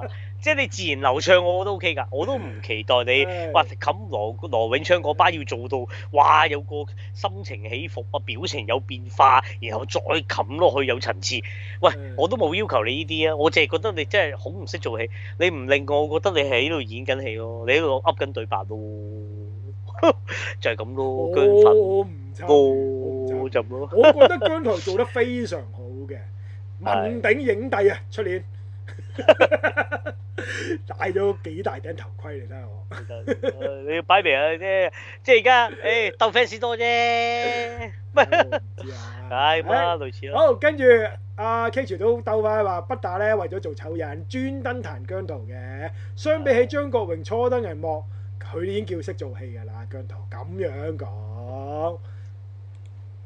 Speaker 1: 嘛！即係你自然流暢，我都 OK 㗎，我都唔期待你
Speaker 2: 唉
Speaker 1: 哇冚羅羅永昌嗰班要做到哇有個心情起伏啊，表情有變化，然後再冚落去有層次。喂
Speaker 2: 嗯，
Speaker 1: 我都冇要求你呢啲啊，我淨係覺得你真係好唔識做戲，你唔令我覺得你係喺度演緊戲咯，你喺度噏緊對白咯，就係咁咯，姜粉
Speaker 2: 我唔參與我唔參
Speaker 1: 咯
Speaker 2: 與
Speaker 1: 就咁咯。
Speaker 2: 我覺得姜濤做得非常好嘅，
Speaker 1: 係
Speaker 2: 問鼎影帝啊！出年 戴咗幾大頂頭盔嚟睇下我，
Speaker 1: 你要擺明啊啫，即係而家誒鬥 fans 多啫，
Speaker 2: 我
Speaker 1: 咪
Speaker 2: 唔知啊。
Speaker 1: 係咁啦，
Speaker 2: 唉
Speaker 1: 類似啦，
Speaker 2: 好，跟住阿 K 廚都兜翻話，北打咧為咗做醜人，專登彈姜濤嘅。相比起張國榮初登人幕，佢已經叫識做戲㗎啦，姜濤咁樣講。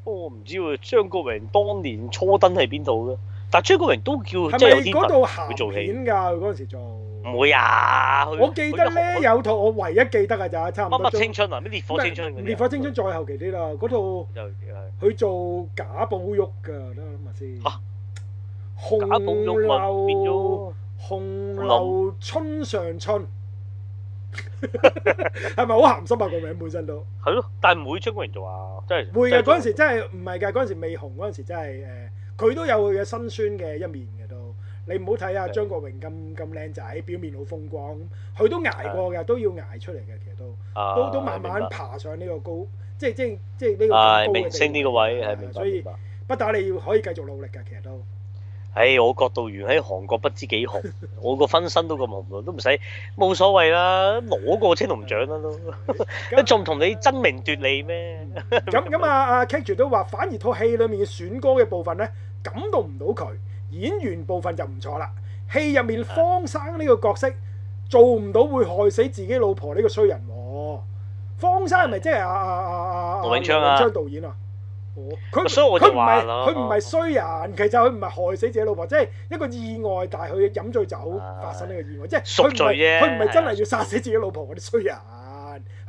Speaker 1: 不過我唔知喎，張國榮當年初登係邊度嘅？但張國榮都叫即
Speaker 2: 係
Speaker 1: 係有
Speaker 2: 咪
Speaker 1: 天
Speaker 2: 嗰
Speaker 1: 分，
Speaker 2: 度
Speaker 1: 會做
Speaker 2: 鹹
Speaker 1: 戲
Speaker 2: 片㗎？佢嗰陣時做。
Speaker 1: 唔會啊！佢
Speaker 2: 我記得
Speaker 1: 佢
Speaker 2: 咧
Speaker 1: 一
Speaker 2: 有套我唯一記得㗎咋，差
Speaker 1: 乜
Speaker 2: 唔多
Speaker 1: 乜
Speaker 2: 張
Speaker 1: 青春啊，咩烈火青春嗰啲啊
Speaker 2: 烈火青春再後期啲啦，嗰套
Speaker 1: 就係
Speaker 2: 佢做假寶玉㗎，等我諗下先。
Speaker 1: 嚇
Speaker 2: 紅
Speaker 1: 假寶玉咪變咗
Speaker 2: 樓紅樓春上春， 係咪好鹹濕啊？個名本身都
Speaker 1: 係咯，但係唔會張國榮做啊，真係
Speaker 2: 會嘅嗰陣時
Speaker 1: 時
Speaker 2: 真係唔係㗎，嗰陣時未紅嗰陣時真係誒，佢都有佢嘅辛酸嘅一面嘅都。你唔好睇啊，
Speaker 1: 係
Speaker 2: 張國榮咁咁靚仔，表面好風光，佢都捱過嘅，都要捱出嚟嘅，其實都。
Speaker 1: 啊
Speaker 2: 都都慢慢爬上呢個高，即係即係即係呢個
Speaker 1: 係
Speaker 2: 咁高嘅地啊
Speaker 1: 啊明星呢個位係明白
Speaker 2: 所
Speaker 1: 明
Speaker 2: 以
Speaker 1: 白。
Speaker 2: 不打你要可以繼續努力㗎，其實都
Speaker 1: 唉，我角度員喺韓國不知幾紅， 我個分身都咁紅咯，都唔使冇所謂啦，攞過青龍獎啦都， 仲同你爭名奪利咩？
Speaker 2: 咁咁啊啊 k a t 都話，反而套戲裡面嘅選歌嘅部分呢，感動唔到佢，演員部分就唔錯啦。戲入面方生呢個角色做唔到會害死自己老婆呢個衰人喎。方生係咪即係啊啊啊啊
Speaker 1: 羅永昌啊
Speaker 2: 羅永昌導演啊？哦佢
Speaker 1: 所以我就
Speaker 2: 佢唔
Speaker 1: 話
Speaker 2: 係
Speaker 1: 咯哦
Speaker 2: 佢唔係衰人，其實佢唔係害死自己老婆，即係一個意外，但係佢飲醉酒
Speaker 1: 唉
Speaker 2: 發生呢個意外，即係佢
Speaker 1: 贖
Speaker 2: 唔
Speaker 1: 罪啫
Speaker 2: 係佢唔係真係
Speaker 1: 係啊
Speaker 2: 要殺死自己老婆嗰啲衰人，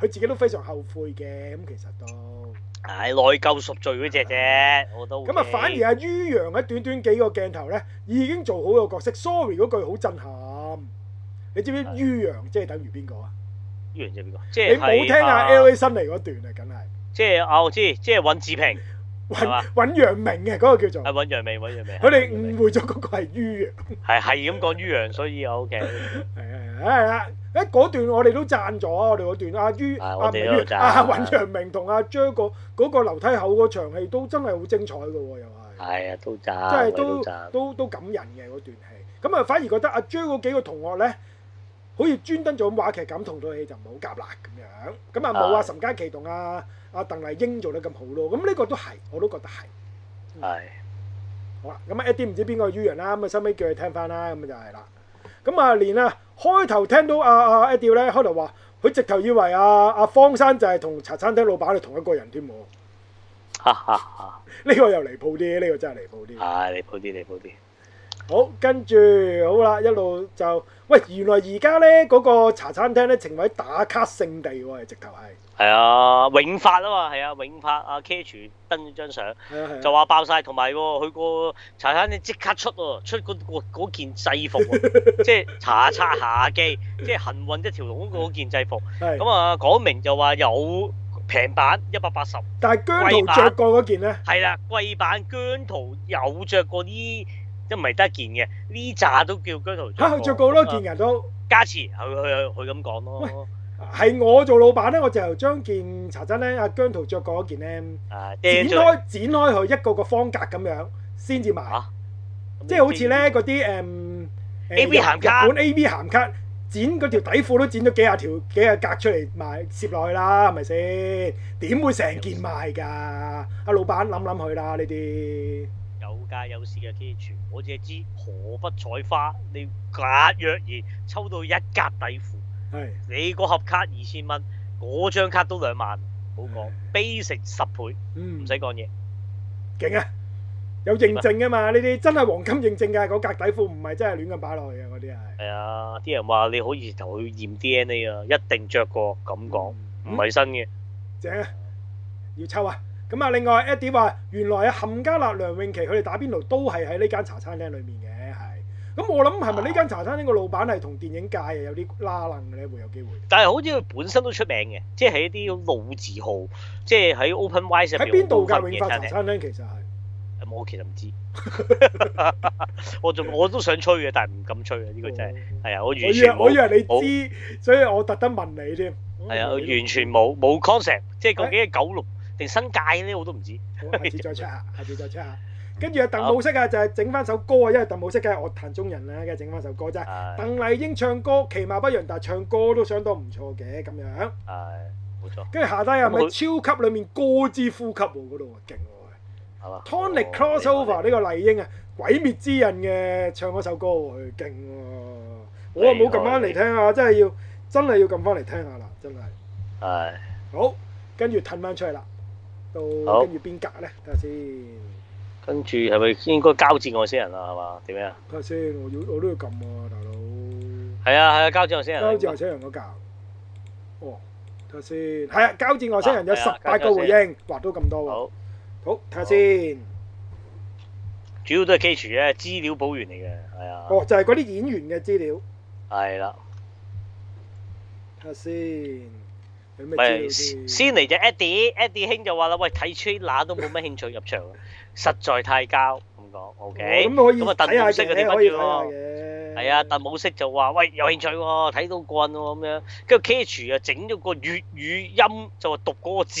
Speaker 2: 佢自己都非常後悔嘅，咁其實都。
Speaker 1: 係內疚贖罪嗰只啫，我都
Speaker 2: 咁啊，反而阿於洋喺短短幾個鏡頭咧，已經做好個角色。Sorry 嗰句好震撼，你知唔知於洋即係等於邊個啊？
Speaker 1: 於洋即係邊個？即
Speaker 2: 你
Speaker 1: 係
Speaker 2: 冇聽啊阿 L.A. 辛尼嗰段啊，梗係
Speaker 1: 即係啊，我知，即係尹志平，啊係嘛
Speaker 2: 揾揾楊明嘅嗰個叫
Speaker 1: 係
Speaker 2: 做，
Speaker 1: 揾楊明，揾楊明。
Speaker 2: 佢哋嗯誤會咗嗰個係於洋。
Speaker 1: 係係咁講於洋，所以 O K。
Speaker 2: 係係啦，誒嗰段我哋都贊咗，我哋嗰段阿於
Speaker 1: 啊
Speaker 2: 阿
Speaker 1: 我哋都
Speaker 2: 明
Speaker 1: 贊
Speaker 2: 阿尹揚明同阿 j 個嗰個樓梯口嗰場戲都真係好精彩嘅喎，又係，
Speaker 1: 係啊，都
Speaker 2: 即
Speaker 1: 讚，我
Speaker 2: 係
Speaker 1: 哋都
Speaker 2: 都
Speaker 1: 讚。
Speaker 2: 都都感人嘅嗰段戲。咁啊，反而覺得阿 j 嗰幾個同學咧，好似專登做咁話劇咁，同套戲就唔係好夾啦咁樣。咁啊冇啊，
Speaker 1: 啊
Speaker 2: 岑嘉琪同阿阿鄧麗英做得咁好咯。咁呢個都係，我都覺得係。
Speaker 1: 係
Speaker 2: 好啦，咁啊 Eddie 唔知邊個 U 人啦，咁啊收尾叫佢聽翻啦，咁啊就係啦。咁啊連啊開頭聽到啊啊 Eddie 咧，開頭話佢直頭以為啊啊方生就係同茶餐廳老闆係同一個人添喎，呢、
Speaker 1: 哈哈哈。
Speaker 2: 個又離譜啲，呢、個真係離譜啲。
Speaker 1: 係離譜啲，離譜啲。
Speaker 2: 好，跟住好啦，一路就喂，原來而家咧嗰個茶餐廳咧成為打卡勝地喎，直頭係。
Speaker 1: 係啊，永發啊嘛，係啊，永發啊 K 廚登咗張相，
Speaker 2: 係啊係啊。
Speaker 1: 就話爆晒，同埋喎佢個茶餐廳即刻出喎，出嗰嗰嗰件制服 喎，即係查查下機，即係行運一條龍嗰件制服。
Speaker 2: 係
Speaker 1: 咁啊，講明就話有平版一百八十，
Speaker 2: 但係姜濤着過嗰件咧，
Speaker 1: 係啦，貴版姜圖有着過呢，即唔係得一件嘅，呢扎都叫姜圖
Speaker 2: 嚇佢着過好多
Speaker 1: 咁
Speaker 2: 件
Speaker 1: 啊
Speaker 2: 人都。
Speaker 1: 加持，佢佢佢咁講咯，
Speaker 2: 係我做老闆咧，我就將件茶餐廳阿姜濤着過嗰件咧，
Speaker 1: 啊，
Speaker 2: 剪
Speaker 1: 掟咗啊嚟
Speaker 2: 開剪開佢一個個方格咁樣先至賣，
Speaker 1: 嚇，
Speaker 2: 即係好似咧嗰啲誒
Speaker 1: AV 鹹卡
Speaker 2: 日本 A V 鹹卡剪嗰條底褲都剪咗幾廿條幾廿格出嚟賣，攝落去啦，係咪先？點會成件賣㗎？阿老闆諗諗佢啦呢啲，
Speaker 1: 有價有市嘅 K 全，我只係知何不採花，你假若然抽到一格底褲，
Speaker 2: 係
Speaker 1: 你個盒卡二千蚊，嗰張卡都兩萬，冇講
Speaker 2: 嗯
Speaker 1: ，basic 十倍，
Speaker 2: 嗯
Speaker 1: 唔使講嘢，
Speaker 2: 勁啊！有認證啊嘛，呢啲真係黃金認證㗎，嗰格底褲唔係真係亂咁擺落去嘅嗰啲係。
Speaker 1: 係啊，啲人話你可以頭去驗 DNA 啊，一定着過咁講，唔
Speaker 2: 嗯
Speaker 1: 係新嘅，
Speaker 2: 正啊，要抽啊！咁啊，另外 Eddie 話原來啊冚家辣梁詠琪佢哋打邊爐都係喺呢間茶餐廳裏面嘅，係。咁我諗係咪呢間茶餐廳個老闆係同電影界啊有啲拉楞嘅咧？會有機會
Speaker 1: 但係好似佢本身都出名嘅，即係一啲老字號，即係喺 Open Wise 入
Speaker 2: 喺
Speaker 1: 邊
Speaker 2: 邊度
Speaker 1: 好多
Speaker 2: 㗎？
Speaker 1: 分嘅
Speaker 2: 永發
Speaker 1: 餐
Speaker 2: 茶
Speaker 1: 廳
Speaker 2: 餐廳其實係
Speaker 1: 咁我其實唔知， 我仲我都想吹嘅，但係唔敢吹啊！呢、個真係係啊，我完
Speaker 2: 哦我以為
Speaker 1: 全
Speaker 2: 我以
Speaker 1: 冇，
Speaker 2: 為
Speaker 1: 冇
Speaker 2: 你知，所以我特登問你添。
Speaker 1: 係啊，我完全冇冇 concept，即係究竟係九龍定新界咧，我都唔知。
Speaker 2: 好，下次 再 check 下，下次再 check 下。跟住啊，鄧武式啊，就係整翻首歌啊，因為鄧武式梗係樂壇中人啦，梗係整翻首歌啫。
Speaker 1: 係
Speaker 2: 鄧麗英唱歌其貌不揚，但係唱歌都相當唔錯嘅咁樣。
Speaker 1: 係冇錯，
Speaker 2: 跟住下低係咪超級裏面歌之呼吸喎？嗰度啊，勁喎
Speaker 1: 係嘛哦
Speaker 2: ！Tonic crossover 呢個麗英啊，鬼滅之刃嘅唱嗰首歌喎，勁喎！我啊冇撳翻嚟聽啊，真係要真係要撳翻嚟聽下啦，真係
Speaker 1: 係
Speaker 2: 好。跟住褪翻出去啦，到
Speaker 1: 好
Speaker 2: 跟住邊格咧？睇下先，
Speaker 1: 跟住係咪應該交戰外星人啦？係嘛？點樣啊？
Speaker 2: 睇下先，我要我都要撳啊，大佬！
Speaker 1: 係啊係啊，交戰外星人啊。
Speaker 2: 交戰外星人嗰格，哦，睇下先，係啊，交戰外星人有
Speaker 1: 嗱
Speaker 2: 十
Speaker 1: 係啊
Speaker 2: 八
Speaker 1: 交
Speaker 2: 個
Speaker 1: 戰
Speaker 2: 回
Speaker 1: 外星
Speaker 2: 應，畫到咁多喎，
Speaker 1: 好，
Speaker 2: 好睇下先。
Speaker 1: 主要都係 K 廚咧，資料保源嚟嘅，係啊，
Speaker 2: 哦，就係嗰啲演員嘅資料，
Speaker 1: 係啦。
Speaker 2: 睇下先有咩資
Speaker 1: 咪先
Speaker 2: 料先。
Speaker 1: 先嚟就 Eddie，Eddie 兄就話啦，喂睇 trailer 都冇乜興趣入場，啊實在太膠咁講，OK。
Speaker 2: 哦嗯咁可以
Speaker 1: 咁啊，鄧
Speaker 2: 睇下
Speaker 1: 紅色嗰
Speaker 2: 嘅，
Speaker 1: 啲
Speaker 2: 可以
Speaker 1: 分住
Speaker 2: 睇下
Speaker 1: 喎。
Speaker 2: 嘅。
Speaker 1: 係啊，鄧武色就話：喂，有興趣喎，睇到棍喎咁樣。跟住 K 廚啊，整咗個粵語音，就話讀嗰個字。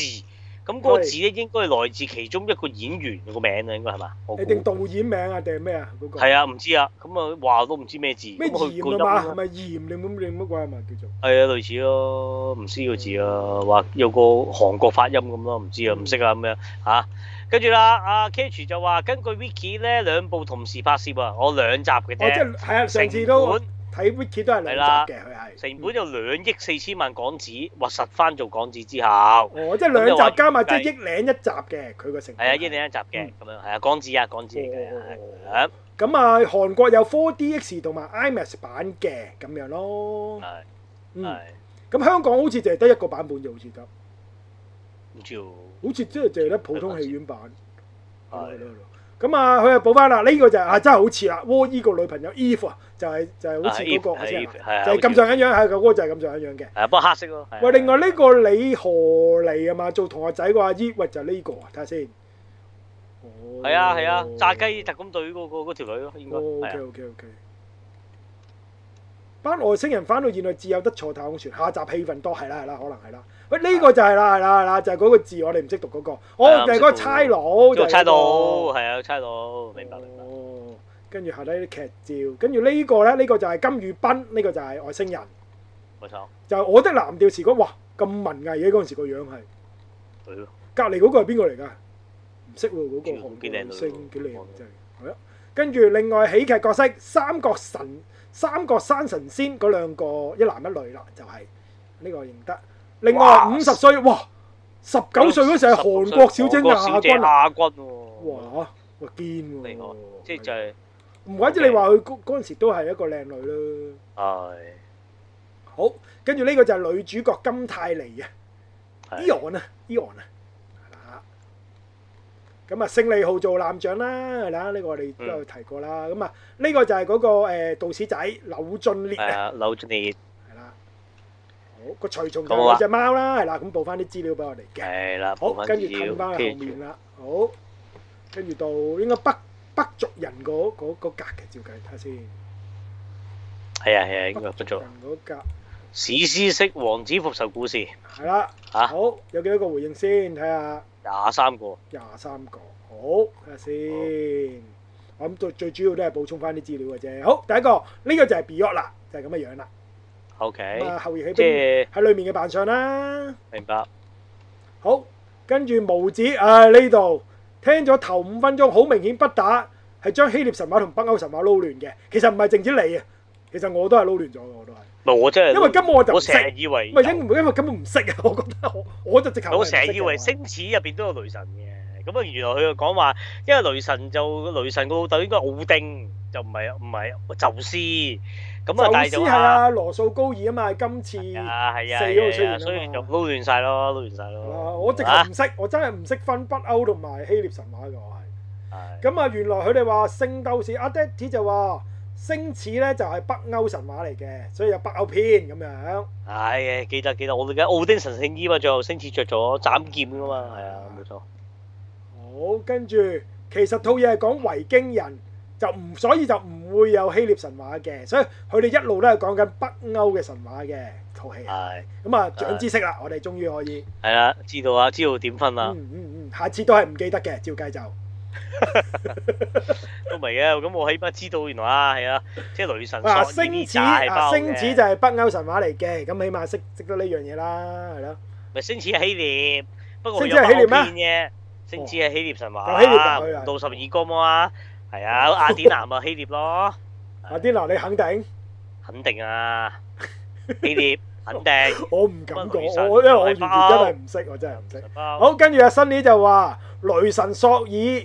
Speaker 1: 咁嗰個字咧，應該係來自其中一個演員個名啊，應該係嘛？我估
Speaker 2: 你定導演名啊，定係咩啊？嗰個
Speaker 1: 係啊，唔知啊。咁啊，話都唔知咩字。
Speaker 2: 咩
Speaker 1: 咁佢
Speaker 2: 鹽啊
Speaker 1: 個
Speaker 2: 嘛？
Speaker 1: 音
Speaker 2: 係咪鹽定乜定乜鬼啊嘛？叫做
Speaker 1: 係啊，類似咯，唔知個字啊，話有個韓國發音咁咯，唔知
Speaker 2: 嗯
Speaker 1: 啊，唔識啊咁樣嚇。跟住啦，阿 k a t c h 就話根據 Wiki 咧，兩部同時拍攝啊，我兩集嘅
Speaker 2: 哦，即
Speaker 1: 啫，
Speaker 2: 係係啊！上次
Speaker 1: 成
Speaker 2: 都
Speaker 1: 本
Speaker 2: 睇 Wiki 都係
Speaker 1: 係啦
Speaker 2: 兩集嘅，佢係
Speaker 1: 成本就兩億四千萬港紙，核實翻做港紙之後，
Speaker 2: 哦，即係
Speaker 1: 咁就話
Speaker 2: 兩集加埋即係
Speaker 1: 計
Speaker 2: 億領一集嘅，佢個成
Speaker 1: 係啊，
Speaker 2: 本
Speaker 1: 一年一集嘅
Speaker 2: 嗯哦
Speaker 1: 咁樣，係啊，港紙啊，港紙嚟嘅係
Speaker 2: 咁啊，韓國有 4DX 同埋 IMAX 版嘅咁樣咯。
Speaker 1: 係
Speaker 2: 嗯，
Speaker 1: 啊係
Speaker 2: 咁香港好似淨係得一個版本嘅，好似得。
Speaker 1: 唔知喎，
Speaker 2: 好似真係淨係得普通戲院版。
Speaker 1: 係
Speaker 2: 係咯係咯咁啊，佢又補翻啦，呢個就係啊真係好似啦，War E 個女朋友 Eve 啊，就係就係好似嗰個我知啊
Speaker 1: 係
Speaker 2: 就係咁上緊樣，係個 War 就係咁上緊樣嘅。
Speaker 1: 係不過黑色咯。係啊
Speaker 2: 喂，另外呢個李何利啊嘛，做同學仔個阿姨，喂就係呢個啊，睇下先。哦
Speaker 1: 係啊係啊，炸雞特工隊嗰個嗰條女咯，應該係
Speaker 2: OK
Speaker 1: 啊
Speaker 2: OK OK。班外星人翻到現代，自有得坐太空船。下集氣氛多，係啦係啦，可能係啦。喂，呢個就係啦係啦係啦，就係嗰個字我哋唔識讀嗰個。
Speaker 1: 啊係啊
Speaker 2: 哦，就係嗰個差佬，就
Speaker 1: 做
Speaker 2: 係
Speaker 1: 差佬
Speaker 2: 嗰個。
Speaker 1: 係啊，差佬明白明白。
Speaker 2: 哦，跟住下低啲劇照，跟住呢個咧，呢個就係金宇彬，呢個就係外星人，
Speaker 1: 冇錯，
Speaker 2: 就係我的藍調時光。哇，咁文藝嘅嗰陣時個樣係。
Speaker 1: 佢咯
Speaker 2: 隔離嗰個係邊個嚟㗎？唔識喎，嗰、個韓
Speaker 1: 幾靚女
Speaker 2: 國星幾靚
Speaker 1: 喎
Speaker 2: 真係。係啊，跟住另外喜劇角色三角神、三角山神仙嗰兩個一男一女啦，就係、呢個認得。另外
Speaker 1: 哇
Speaker 2: 五十歲，哇！十九歲嗰時係韓國小姐亞
Speaker 1: 韓國小姐
Speaker 2: 軍啊！
Speaker 1: 亞軍喎，
Speaker 2: 哇！哇堅
Speaker 1: 厲害
Speaker 2: 喎！啊
Speaker 1: 即係就係
Speaker 2: 唔怪之你話佢嗰嗰陣時都係一個靚女啦。
Speaker 1: 係
Speaker 2: 好，跟住呢個就係女主角金泰梨啊。
Speaker 1: 係
Speaker 2: Eon 啊，Eon 啊，係啦。咁啊，勝利號做艦長啦，係啦，呢個我哋都有提過啦。咁啊，呢個就係嗰個誒道士仔柳俊烈
Speaker 1: 係
Speaker 2: 啊，
Speaker 1: 啊，扭住你
Speaker 2: 係啦。好，個隨從就
Speaker 1: 好啊
Speaker 2: 係只貓啦，係啦。咁報翻啲資料俾我哋嘅。
Speaker 1: 係啦，
Speaker 2: 好
Speaker 1: 補，翻
Speaker 2: 跟住
Speaker 1: 資料
Speaker 2: 褪翻去後面
Speaker 1: ，keep
Speaker 2: 啦。好，跟住到應該北北族人嗰嗰嗰格嘅，照計睇下先。
Speaker 1: 係啊係啊，應該
Speaker 2: 北
Speaker 1: 不
Speaker 2: 族
Speaker 1: 錯
Speaker 2: 人。嗰格
Speaker 1: 史詩式王子復仇故事
Speaker 2: 係啦。
Speaker 1: 嚇，
Speaker 2: 好，有幾多個回應先？睇下。
Speaker 1: 廿三個
Speaker 2: 廿三個，好睇下先。我諗最最主要都係補充翻啲資料嘅啫。好，第一個呢、個就係 Beyond 啦，就係咁嘅樣啦。咁
Speaker 1: ，OK，
Speaker 2: 啊，後翼起
Speaker 1: 即
Speaker 2: 兵
Speaker 1: 係
Speaker 2: 喺裏面嘅扮相啦。
Speaker 1: 明白。
Speaker 2: 好，跟住無子，唉呢度聽咗頭五分鐘，好明顯不打係將希臘神話同北歐神話撈亂嘅。其實唔係淨止你啊，其實我都係撈亂咗嘅，我都係。
Speaker 1: 唔係我真係，
Speaker 2: 因為根本我就唔
Speaker 1: 我
Speaker 2: 識
Speaker 1: 成日以為
Speaker 2: 唔係因因為根本唔識啊，我覺得我我就直頭係
Speaker 1: 我
Speaker 2: 唔識啊
Speaker 1: 成
Speaker 2: 嘅
Speaker 1: 日以為星矢入邊都有雷神嘅，咁啊原來佢又講話，因為雷神就雷神個老豆應該係奧丁，就唔係唔係宙斯，咁啊但係
Speaker 2: 宙
Speaker 1: 就
Speaker 2: 斯係啊，羅素高爾啊嘛，今次。
Speaker 1: 係啊係啊
Speaker 2: 四個
Speaker 1: 係
Speaker 2: 出現啊
Speaker 1: 啊，
Speaker 2: 嘛
Speaker 1: 所以就撈亂晒咯，撈亂晒
Speaker 2: 啊！
Speaker 1: 咯。
Speaker 2: 我直
Speaker 1: 啊
Speaker 2: 頭唔識，我真係唔識分北歐同埋希臘神話嘅我係。
Speaker 1: 係
Speaker 2: 咁啊，原來佢哋話聖鬥士阿 d e t 就話星矢咧就係北歐神話嚟嘅，所以有北歐篇咁樣。
Speaker 1: 係記得記得，我哋嘅奧丁神聖衣嘛，最後星矢着咗斬劍噶嘛，係啊冇錯，
Speaker 2: 好，跟住其實套嘢係講維京人，就唔所以就唔會有希臘神話嘅，所以佢哋一路都係講緊北歐嘅神話嘅套戲。
Speaker 1: 係
Speaker 2: 咁啊，長知識啦，我哋終於可以。
Speaker 1: 係啦，知道啊，知道點分啦
Speaker 2: 嗯，嗯嗯，下次都係唔記得嘅，照計就。
Speaker 1: 都明嘅。咁我起碼知道原來啊係啊，即係雷神
Speaker 2: 嗱，
Speaker 1: 索爾
Speaker 2: 星
Speaker 1: 呢
Speaker 2: 矢
Speaker 1: 扎係
Speaker 2: 啊，
Speaker 1: 包
Speaker 2: 星
Speaker 1: 嘅
Speaker 2: 矢就。係北歐神話嚟嘅，咁起碼識識得呢樣嘢啦，係咯。
Speaker 1: 咪星矢係希臘，不過佢
Speaker 2: 星
Speaker 1: 有
Speaker 2: 矢係希
Speaker 1: 歐
Speaker 2: 臘
Speaker 1: 篇啫。星矢係希臘神
Speaker 2: 哦
Speaker 1: 話，
Speaker 2: 有希臘入去啊
Speaker 1: 唔到十二個嘛，係啊，
Speaker 2: 哦
Speaker 1: 雅典娜咪希臘咯，
Speaker 2: 阿 d i n 啊你肯定？
Speaker 1: 肯定 啊，希臘肯定。
Speaker 2: 我唔敢
Speaker 1: 乜雷
Speaker 2: 講，
Speaker 1: 神
Speaker 2: 我因為我完全
Speaker 1: 雷
Speaker 2: 真
Speaker 1: 包
Speaker 2: 係唔識，我真係唔識。
Speaker 1: 好，
Speaker 2: 好，跟住阿新呢就話雷神索爾係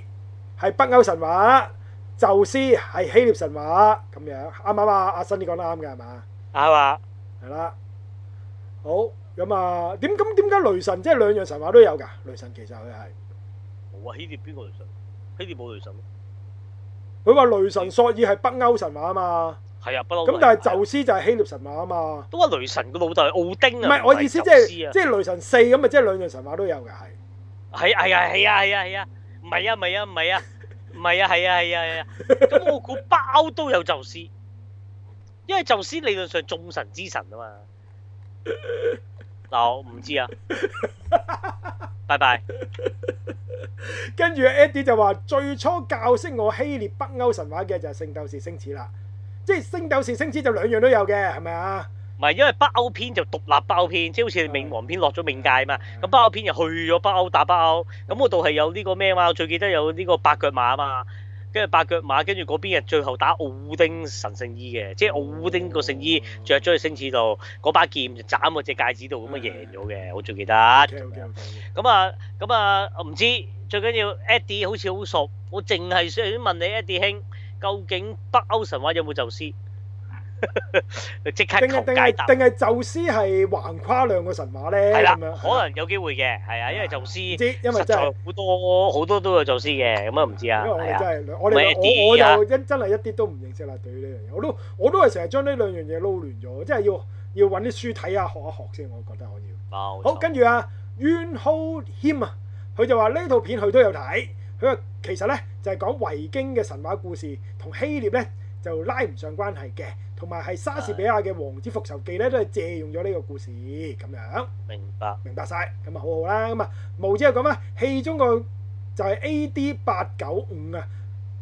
Speaker 2: 北歐神話，宙斯係希臘神話咁樣，啱唔啱啊？阿新呢講得啱嘅係嘛？
Speaker 1: 係嘛？
Speaker 2: 係啦。好，咁啊，點咁點解雷神即係兩樣神話都有㗎？雷神其實佢係。
Speaker 1: 冇啊，希臘邊個雷神？希臘冇雷神咯。
Speaker 2: 佢話雷神索爾係北歐神話啊嘛，
Speaker 1: 係啊，不嬲都。
Speaker 2: 咁但係宙斯就係希臘神話啊嘛。
Speaker 1: 都話雷神個老豆係奧丁
Speaker 2: 唔
Speaker 1: 啊，
Speaker 2: 係我意思，即
Speaker 1: 宙斯
Speaker 2: 係
Speaker 1: 啊
Speaker 2: 即係雷神四咁啊，即係兩樣神話都有嘅係。
Speaker 1: 係係啊係啊係啊係啊，唔係啊唔係啊唔係啊唔係啊係啊係啊係啊，咁我估北歐都有宙斯，因為宙斯理論上眾神之神啊嘛。嗱我唔知啊，拜拜。
Speaker 2: 跟住 Eddie 就話最初教識我希臘北歐神話嘅就係聖鬥士星矢啦，即係聖鬥士星矢就兩樣都有嘅，係咪啊？
Speaker 1: 唔係因為北歐篇就獨立北歐篇，即係好似你冥王篇落咗冥界嘛，
Speaker 2: 嗯
Speaker 1: 咁北歐篇就去咗北歐打北歐，咁嗰度係有呢個咩啊嘛？我最記得有呢個八腳馬啊嘛，跟住八腳馬，跟住嗰邊係最後打奧丁神聖衣嘅，即係奧丁個聖
Speaker 2: 哦
Speaker 1: 衣着咗去星矢度，嗰把劍就斬我隻戒指度，咁啊贏咗
Speaker 2: 嗯
Speaker 1: 嘅，我最記得。
Speaker 2: OK OK OK。
Speaker 1: 咁啊，咁啊，我唔知，最緊要 Eddie 好似好熟，我淨係想問你 Eddie 兄，究竟北歐神話有冇宙斯？ 即刻
Speaker 2: 定
Speaker 1: 求
Speaker 2: 係定
Speaker 1: 解答
Speaker 2: 係。定係宙斯係橫跨兩個神話咧？
Speaker 1: 係啦，
Speaker 2: 咁樣
Speaker 1: 可能有機會嘅，係啊，因為宙斯
Speaker 2: 唔
Speaker 1: 實
Speaker 2: 知，因為
Speaker 1: 在
Speaker 2: 真係。
Speaker 1: 好多好多都有宙斯嘅，咁啊唔知啊，
Speaker 2: 因為我
Speaker 1: 係
Speaker 2: 哋
Speaker 1: 啊，
Speaker 2: 真係，我
Speaker 1: 咪一
Speaker 2: 哋我我
Speaker 1: 啲啊
Speaker 2: 就真真係一啲都唔認識啦，對於呢樣嘢，我都我都係成日將呢兩樣嘢撈亂咗，即係要要揾啲書睇下學一學先，我覺得我要。
Speaker 1: 冇
Speaker 2: 好，
Speaker 1: 錯
Speaker 2: 跟住啊，袁浩軒啊，佢就話呢套片佢都有睇，佢話其實呢，就係、講維京嘅神話故事，同希臘呢就拉唔上關係嘅，同埋係莎士比亞嘅《王子復仇記》呢，都係借用咗呢個故事咁樣。
Speaker 1: 明白，
Speaker 2: 明白晒，咁啊好好啦，咁啊無之又講啊，戲中個就係 A.D. 八九五啊，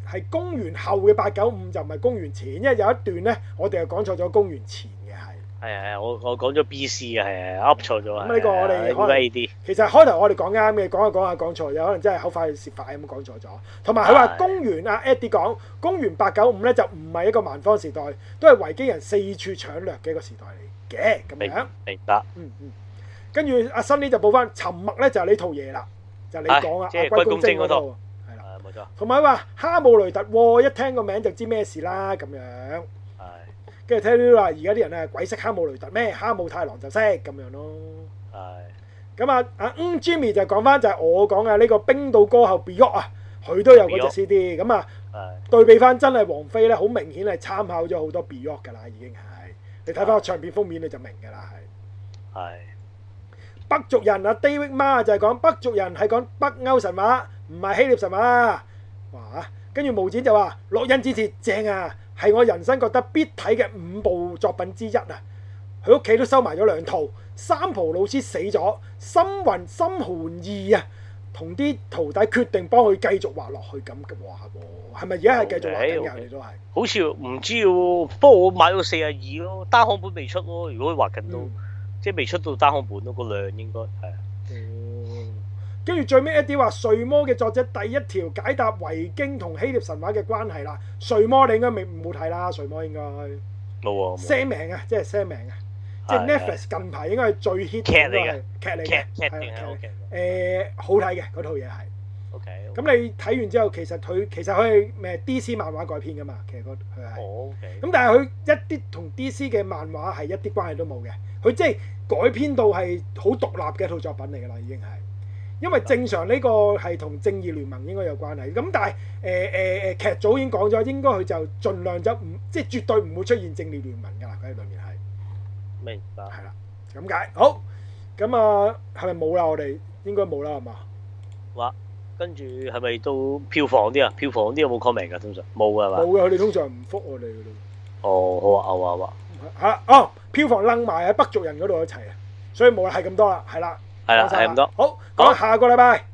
Speaker 2: 係公元後嘅八九五就唔係公元前，因為有一段咧我哋又講錯咗公元前嘅係，
Speaker 1: 係係，我我講咗 B.C. 啊，係啊，噏錯咗啊，
Speaker 2: 咁呢個我哋
Speaker 1: 係啊
Speaker 2: 可能
Speaker 1: 呢啲
Speaker 2: 其實開頭我哋講啱嘅，講下講下講錯咗，可能真係口快舌快咁講錯咗。同埋佢話
Speaker 1: 係
Speaker 2: 公元啊 Eddie 講公元八九五咧就唔係一個蠻荒時代，都係維京人四處搶掠嘅一個時代嚟嘅咁
Speaker 1: 明
Speaker 2: 樣。
Speaker 1: 明白，
Speaker 2: 嗯嗯，跟住阿新呢就報翻沉默咧就係呢套嘢啦，就係你講啊，
Speaker 1: 係即係
Speaker 2: 阿
Speaker 1: 歸公正嗰套
Speaker 2: 度係啦，
Speaker 1: 係冇錯，
Speaker 2: 同埋話哈姆雷特喎，一聽個名就知咩事啦咁樣，
Speaker 1: 係
Speaker 2: 跟住聽到話而家啲人啊鬼識哈姆雷特咩？哈姆太郎就識咁樣咯。
Speaker 1: 係
Speaker 2: 咁啊啊嗯 Jimmy 就講翻就係我講嘅呢個冰島歌后 Beyond 啊，佢都有嗰隻 CD 咁啊。
Speaker 1: 係
Speaker 2: 對比翻真係王菲咧，好明顯係參考咗好多 Beyond 㗎啦，已經係你睇翻個唱片封面你就明㗎啦，係。
Speaker 1: 係
Speaker 2: 北族人啊，David Ma 就係講北族人係講北歐神話，唔係希臘神話。哇！跟住無展就話《洛恩之鐵》正啊，係我人生覺得必睇嘅五部作品之一啊。佢屋企都收埋咗兩套，三浦老師死咗，心雲心寒意啊，同啲徒弟決定幫佢繼續畫落去咁嘅話喎，係咪而家係繼續畫緊嘅？
Speaker 1: Okay，okay
Speaker 2: 你都係。
Speaker 1: 好似唔知喎，不過我買到四廿二咯，單行本未出咯，如果佢畫緊都
Speaker 2: 嗯
Speaker 1: 即係未出到單行本咯，個量應該係啊
Speaker 2: 哦，跟住最尾一啲話《睡魔》嘅作者第一條解答維京同希臘神話嘅關係啦，《睡魔》你應該未冇睇啦，《睡魔》應該
Speaker 1: 冇喎，
Speaker 2: 聲名啊，即係聲名啊，
Speaker 1: 冇
Speaker 2: 即係
Speaker 1: 係
Speaker 2: Netflix 近排應該係最 hit
Speaker 1: 劇嚟嘅
Speaker 2: 應該係劇嚟
Speaker 1: 劇
Speaker 2: 嘅，
Speaker 1: 劇
Speaker 2: 係
Speaker 1: 定係
Speaker 2: 啊
Speaker 1: OK
Speaker 2: 誒好睇嘅嗰套嘢係。
Speaker 1: OK
Speaker 2: 咁你睇完之後，其實佢其實佢係咩 DC 漫畫改編㗎嘛，其實嗰佢係。
Speaker 1: 哦 OK
Speaker 2: 咁但係佢一啲同 DC 嘅漫畫係一啲關係都冇嘅，佢即係改編到係好獨立嘅一套作品嚟㗎啦，已經係。因為正常呢個係同正義聯盟應該有關係，咁但係誒誒誒劇組已經講咗，應該佢就盡量就唔即係絕對唔會出現正義聯盟㗎啦，佢喺裏面係
Speaker 1: 明白。
Speaker 2: 係啦，咁解好咁啊，係咪冇啦？我哋應該冇啦，係嘛？
Speaker 1: 跟住係咪到票房啲啊？票房啲有冇 comment 㗎？通常冇㗎
Speaker 2: 冇
Speaker 1: 係嘛？
Speaker 2: 嘅，佢哋通常唔覆我哋㗎咯。
Speaker 1: 哦，好啊，牛啊，牛啊，
Speaker 2: 係啦，哦，票房楞埋喺北族人嗰度一齊啊，所以冇啦，係咁多啦，係啦。
Speaker 1: 係啦，
Speaker 2: à?
Speaker 1: 係咁多。
Speaker 2: 好，
Speaker 1: 好
Speaker 2: 講下個禮拜，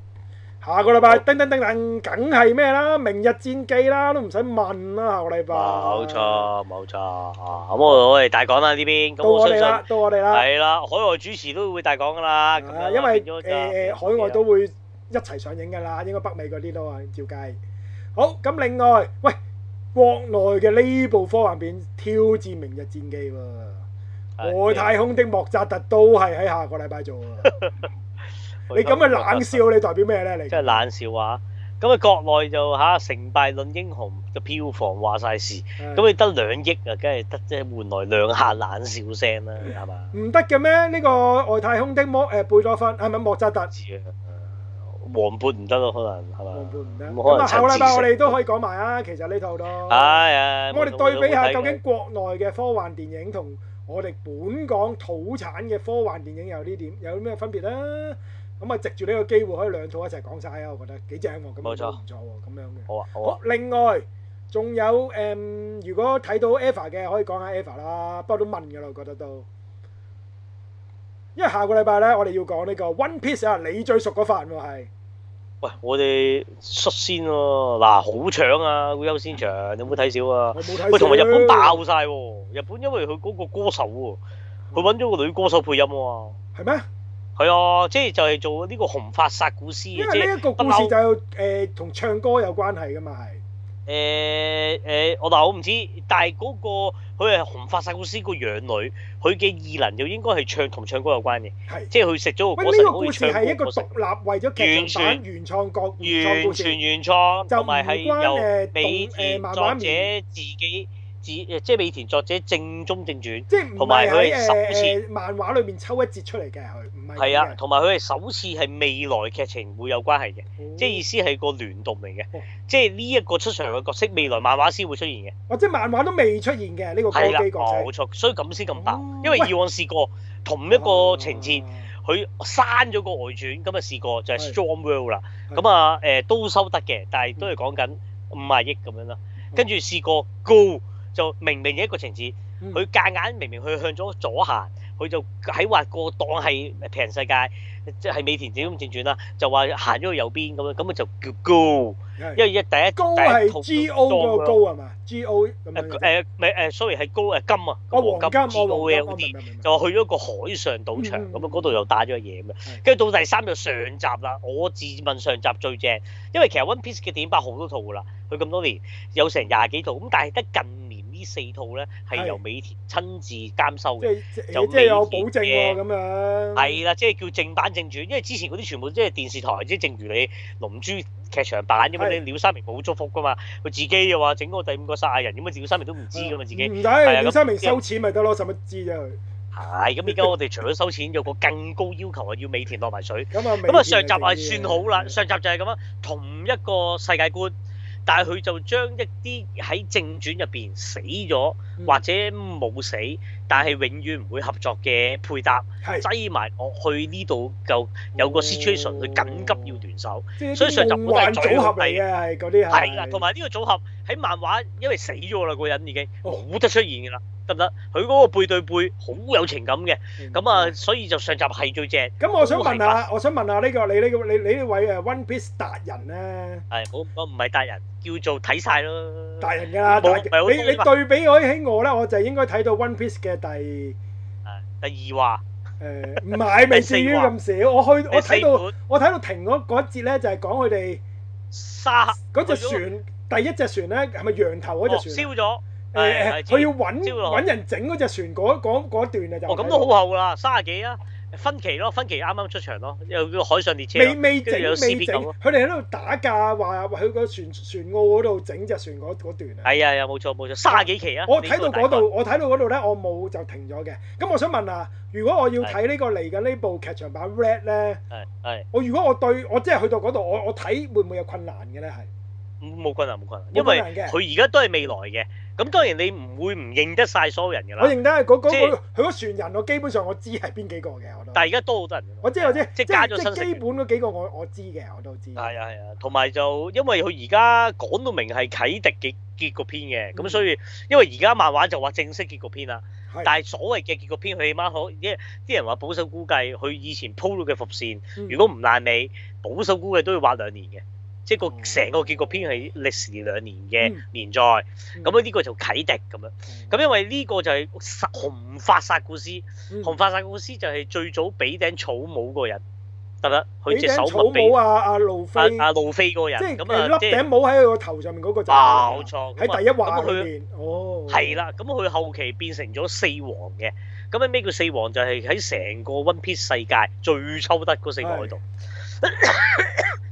Speaker 2: 下個禮拜
Speaker 1: 好
Speaker 2: 噔噔噔噔，梗係咩啦？明日戰記啦，都唔使問啦，下個禮拜。
Speaker 1: 冇錯，冇錯。啊咁我我哋大講啦呢邊，咁
Speaker 2: 到
Speaker 1: 我
Speaker 2: 我
Speaker 1: 相
Speaker 2: 哋啦
Speaker 1: 信，
Speaker 2: 到我哋啦。
Speaker 1: 係啦，海外主持都會大講㗎啦。咁
Speaker 2: 啊
Speaker 1: 樣
Speaker 2: 因為
Speaker 1: 變咗
Speaker 2: 誒
Speaker 1: 就
Speaker 2: 誒海外都會一齊上映㗎啦，應該北美嗰啲都啊，照計。好，咁另外，喂，國內嘅呢部科幻片《挑戰明日戰記》喎，
Speaker 1: 係
Speaker 2: 外太空的莫扎特都係喺下個禮拜做喎。
Speaker 1: 外
Speaker 2: 你咁嘅
Speaker 1: 太空
Speaker 2: 冷笑，你代表咩咧？你
Speaker 1: 即係冷笑話。咁啊，國內就嚇成敗論英雄，就票房話晒事。
Speaker 2: 係
Speaker 1: 咁你得兩億啊，梗係得即係換來兩下冷笑聲啦，係嘛？
Speaker 2: 唔得嘅咩？呢、個外太空的莫誒貝多芬係咪莫扎特？
Speaker 1: 知啊，黃渤唔得咯，可能係嘛？
Speaker 2: 黃渤唔得。
Speaker 1: 咁可
Speaker 2: 咁
Speaker 1: 能
Speaker 2: 啊，下
Speaker 1: 陳
Speaker 2: 個禮拜我
Speaker 1: 志
Speaker 2: 哋
Speaker 1: 成
Speaker 2: 都可以講埋啊。其實呢套都，我
Speaker 1: 係啊，
Speaker 2: 哋對比下究竟國內嘅科幻電影同我哋本港土產嘅科幻電影有呢點有啲咩分別啦？咁啊，藉住呢個機會可以兩套一齊講晒啊！我覺得幾正喎，咁
Speaker 1: 冇錯
Speaker 2: 樣唔錯喎，咁樣嘅。
Speaker 1: 好啊好啊
Speaker 2: 好，，另外仲有誒、嗯如果睇到 Eva 嘅，可以講下 Eva 啦，不過都問㗎啦，我覺得都。因為下個禮拜咧，我哋要講呢個 One Piece 啊，你最熟嗰份喎係，
Speaker 1: 喂，我哋率先喎，啊嗱好搶啊，會優先搶，你有冇睇少啊？
Speaker 2: 我冇睇。
Speaker 1: 喂，同埋日本爆晒喎，日本因為佢嗰個歌手喎，
Speaker 2: 嗯
Speaker 1: 佢揾咗個女歌手配音喎，
Speaker 2: 係咩？
Speaker 1: 係啊，即係就係做呢個紅髮殺古斯
Speaker 2: 因
Speaker 1: 嘅，即
Speaker 2: 為呢
Speaker 1: 係
Speaker 2: 一個故事就誒同、唱歌有關係㗎嘛係。
Speaker 1: 誒誒，我嗱我唔知，但係嗰個佢係紅髮殺古斯個養女，佢嘅異能就應該係唱同唱歌有關嘅，
Speaker 2: 係。
Speaker 1: 即係佢食咗個
Speaker 2: 喂，
Speaker 1: 果
Speaker 2: 呢、
Speaker 1: 實
Speaker 2: 個
Speaker 1: 好似
Speaker 2: 故事
Speaker 1: 唱歌
Speaker 2: 係一個
Speaker 1: 果實
Speaker 2: 獨立為咗劇場
Speaker 1: 完
Speaker 2: 版原創角原創故
Speaker 1: 完
Speaker 2: 事，
Speaker 1: 全原創，
Speaker 2: 就唔
Speaker 1: 同埋係
Speaker 2: 關誒
Speaker 1: 由
Speaker 2: 動
Speaker 1: 美
Speaker 2: 誒
Speaker 1: 田
Speaker 2: 漫
Speaker 1: 作
Speaker 2: 畫
Speaker 1: 者
Speaker 2: 面
Speaker 1: 自己自誒即係尾田作者正宗正傳，
Speaker 2: 即係唔
Speaker 1: 同埋
Speaker 2: 係
Speaker 1: 佢係
Speaker 2: 喺
Speaker 1: 首次
Speaker 2: 誒誒漫畫裏面抽一節出嚟嘅，佢唔係
Speaker 1: 係啊，
Speaker 2: 咁
Speaker 1: 同埋佢係首次係未來劇情會有關係嘅，
Speaker 2: 嘅
Speaker 1: 即係意思係個聯動嚟嘅
Speaker 2: 哦，
Speaker 1: 即係呢一個出場嘅角色未來漫畫先會出現嘅，
Speaker 2: 或者漫畫都未出現嘅呢個
Speaker 1: 係啦，
Speaker 2: 歌姬角
Speaker 1: 冇錯，所以咁先咁爆
Speaker 2: 哦，
Speaker 1: 因為
Speaker 2: 喂
Speaker 1: 以往試過同
Speaker 2: 色，
Speaker 1: 一個情節。
Speaker 2: 啊
Speaker 1: 佢刪咗個外傳，咁啊試過就係
Speaker 2: 係
Speaker 1: Strong World 啦，
Speaker 2: 係嗯
Speaker 1: 咁啊誒都收得嘅，但係都係講緊五啊億咁樣啦。跟住試過 Go 就明明一個情節，
Speaker 2: 嗯
Speaker 1: 佢夾硬明明佢向咗左行，佢就喺話個當係平世界，即係美田正宗正傳啦，就話行咗去右邊咁樣，咁啊就叫 Go，
Speaker 2: 係
Speaker 1: 因為一第一
Speaker 2: 高
Speaker 1: 第一套
Speaker 2: 係 G O 嗰個
Speaker 1: Strong
Speaker 2: 高
Speaker 1: World
Speaker 2: 係嘛？G O 咁樣嘅啫。
Speaker 1: 誒誒咪誒，sorry 係高誒金啊，
Speaker 2: 我黃金，
Speaker 1: G
Speaker 2: 我
Speaker 1: O
Speaker 2: 黃金，
Speaker 1: L
Speaker 2: 我
Speaker 1: D
Speaker 2: 明。白明白。
Speaker 1: 就去咗個海上賭場
Speaker 2: 嗯
Speaker 1: 咁啊，嗰度又打咗嘢咁樣，跟住到第三就上集啦。我自問上集最正，因為其實 One Piece 嘅電影版好多套噶啦，佢咁多年有成廿幾套，咁但係得近年呢四套咧係
Speaker 2: 係
Speaker 1: 由美田親自監修
Speaker 2: 即
Speaker 1: 嘅。
Speaker 2: 係即
Speaker 1: 就
Speaker 2: 係即係有保證
Speaker 1: 未
Speaker 2: 喎咁樣。
Speaker 1: 係啦，即係叫正版正傳，因為之前嗰啲全部即係電視台，即係正如你龍珠劇場版咁樣，
Speaker 2: 係
Speaker 1: 你廖三明冇祝福噶嘛，佢自己又話整嗰個第五個殺人，咁啊廖三明都唔知噶嘛自己。
Speaker 2: 唔
Speaker 1: 係啊
Speaker 2: 使，廖三明收錢咪得咯，使乜知啫佢？
Speaker 1: 係咁，而家我哋除咗收錢，有個更高要求啊，要美田落埋水。
Speaker 2: 咁啊，
Speaker 1: 咁啊，上集係算好啦，
Speaker 2: 係
Speaker 1: 上集就係咁樣，同一個世界觀，但係佢就將一啲喺正傳入邊死咗
Speaker 2: 嗯
Speaker 1: 或者冇死，但係永遠唔會合作嘅配搭，
Speaker 2: 係哦
Speaker 1: 擠埋落去呢度就有個 situation，佢緊急要聯手，
Speaker 2: 即係
Speaker 1: 所以上集
Speaker 2: 啲夢幻
Speaker 1: 我都係最
Speaker 2: 組合
Speaker 1: 好
Speaker 2: 嚟
Speaker 1: 睇
Speaker 2: 嘅，係嗰啲係。
Speaker 1: 係啦，同埋呢個組合喺漫畫因為死咗啦，個人已經
Speaker 2: 哦
Speaker 1: 冇得出現㗎啦，得唔得？佢嗰個背對背好有情感嘅，咁
Speaker 2: 嗯
Speaker 1: 啊，所以就上集係最正，
Speaker 2: 咁我想
Speaker 1: 都係
Speaker 2: 問下，我想問下呢個你呢個你你呢位誒 One Piece 達人咧，
Speaker 1: 係冇我唔係達人，叫做睇晒咯。
Speaker 2: 達人㗎啦，
Speaker 1: 冇
Speaker 2: 達
Speaker 1: 唔係好
Speaker 2: 你
Speaker 1: 多
Speaker 2: 你
Speaker 1: 嘛
Speaker 2: 對比我起我咧，我就應該睇到 One Piece 嘅第
Speaker 1: 係第二話，
Speaker 2: 誒唔係未至於咁少，我去
Speaker 1: 第
Speaker 2: 我
Speaker 1: 四
Speaker 2: 睇到
Speaker 1: 本
Speaker 2: 我睇到停嗰嗰一節咧，就係講佢哋
Speaker 1: 沙
Speaker 2: 嗰隻船第一隻船咧係咪羊頭嗰
Speaker 1: 哦
Speaker 2: 隻船啊？
Speaker 1: 燒咗，係
Speaker 2: 誒
Speaker 1: 係
Speaker 2: 佢要
Speaker 1: 知
Speaker 2: 揾
Speaker 1: 知道
Speaker 2: 揾人整嗰只船嗰嗰嗰段啊就
Speaker 1: 哦咁都好後啦，三十幾啊，分期咯，分期啱啱出場咯，又叫海上列車
Speaker 2: 未
Speaker 1: 咯，
Speaker 2: 未
Speaker 1: 跟
Speaker 2: 整
Speaker 1: 住有
Speaker 2: 未
Speaker 1: CP
Speaker 2: 整，
Speaker 1: 咁咯
Speaker 2: 佢哋喺度打架話話佢個船船澳嗰度整只船嗰嗰段啊。
Speaker 1: 係啊，又冇錯冇錯，三十幾 期啊，
Speaker 2: 我
Speaker 1: 呢
Speaker 2: 睇
Speaker 1: 個
Speaker 2: 到
Speaker 1: 大
Speaker 2: 嗰
Speaker 1: 概
Speaker 2: 度，我睇到嗰度咧，我冇就停咗嘅。咁我想問啊，如果我要睇呢個嚟緊呢部劇場版 Red 咧，
Speaker 1: 係係
Speaker 2: 我如果我對我即係去到嗰度，我我睇會唔會有困難嘅咧？係
Speaker 1: 冇困難冇困難，
Speaker 2: 冇
Speaker 1: 因為
Speaker 2: 困難嘅
Speaker 1: 佢而家都係未來嘅，咁當然你唔會唔認得晒所有人㗎啦，
Speaker 2: 我認得係嗰嗰
Speaker 1: 即係
Speaker 2: 嗰佢嗰船人，我基本上我知係邊幾個嘅，我都。
Speaker 1: 但係而家都好多人㗎嘛，
Speaker 2: 我知我知，
Speaker 1: 即係
Speaker 2: 即
Speaker 1: 加
Speaker 2: 係
Speaker 1: 咗
Speaker 2: 即
Speaker 1: 新
Speaker 2: 係
Speaker 1: 成
Speaker 2: 基
Speaker 1: 員
Speaker 2: 本嗰幾個我我知嘅，我都知。
Speaker 1: 係啊係啊，同埋就因為佢而家講到明係啟迪嘅結局篇嘅，咁
Speaker 2: 嗯
Speaker 1: 所以因為而家漫畫就話正式結局篇啦。
Speaker 2: 係，
Speaker 1: 但係所謂嘅結局篇，佢起碼可，因為啲人話保守估計，佢以前鋪到嘅伏線，
Speaker 2: 嗯
Speaker 1: 如果唔爛尾，保守估計都要畫兩年嘅，即係個
Speaker 2: 哦
Speaker 1: 成個結局篇係歷時兩年嘅
Speaker 2: 嗯
Speaker 1: 連載。
Speaker 2: 嗯
Speaker 1: 咁呢個就啟迪咁樣。咁因為呢個就係殺紅髮殺故師，
Speaker 2: 嗯
Speaker 1: 紅髮殺故師就係最早俾頂草帽嗰個人，得唔得？佢
Speaker 2: 俾
Speaker 1: 隻
Speaker 2: 頂
Speaker 1: 手
Speaker 2: 草
Speaker 1: 物俾
Speaker 2: 帽啊啊路飛，
Speaker 1: 阿
Speaker 2: 即
Speaker 1: 阿路飛嗰個人，
Speaker 2: 係
Speaker 1: 咁啊
Speaker 2: 誒
Speaker 1: 即
Speaker 2: 笠
Speaker 1: 係
Speaker 2: 頂帽喺佢個頭上面嗰個就係佢啦
Speaker 1: 冇錯。咁啊
Speaker 2: 喺第一話
Speaker 1: 咁佢
Speaker 2: 裏面，哦，
Speaker 1: 係，啦，咁佢後期變成咗四王嘅，咁啊咩叫四王就係喺成個 One Piece 世界最抽得嗰四個喺度。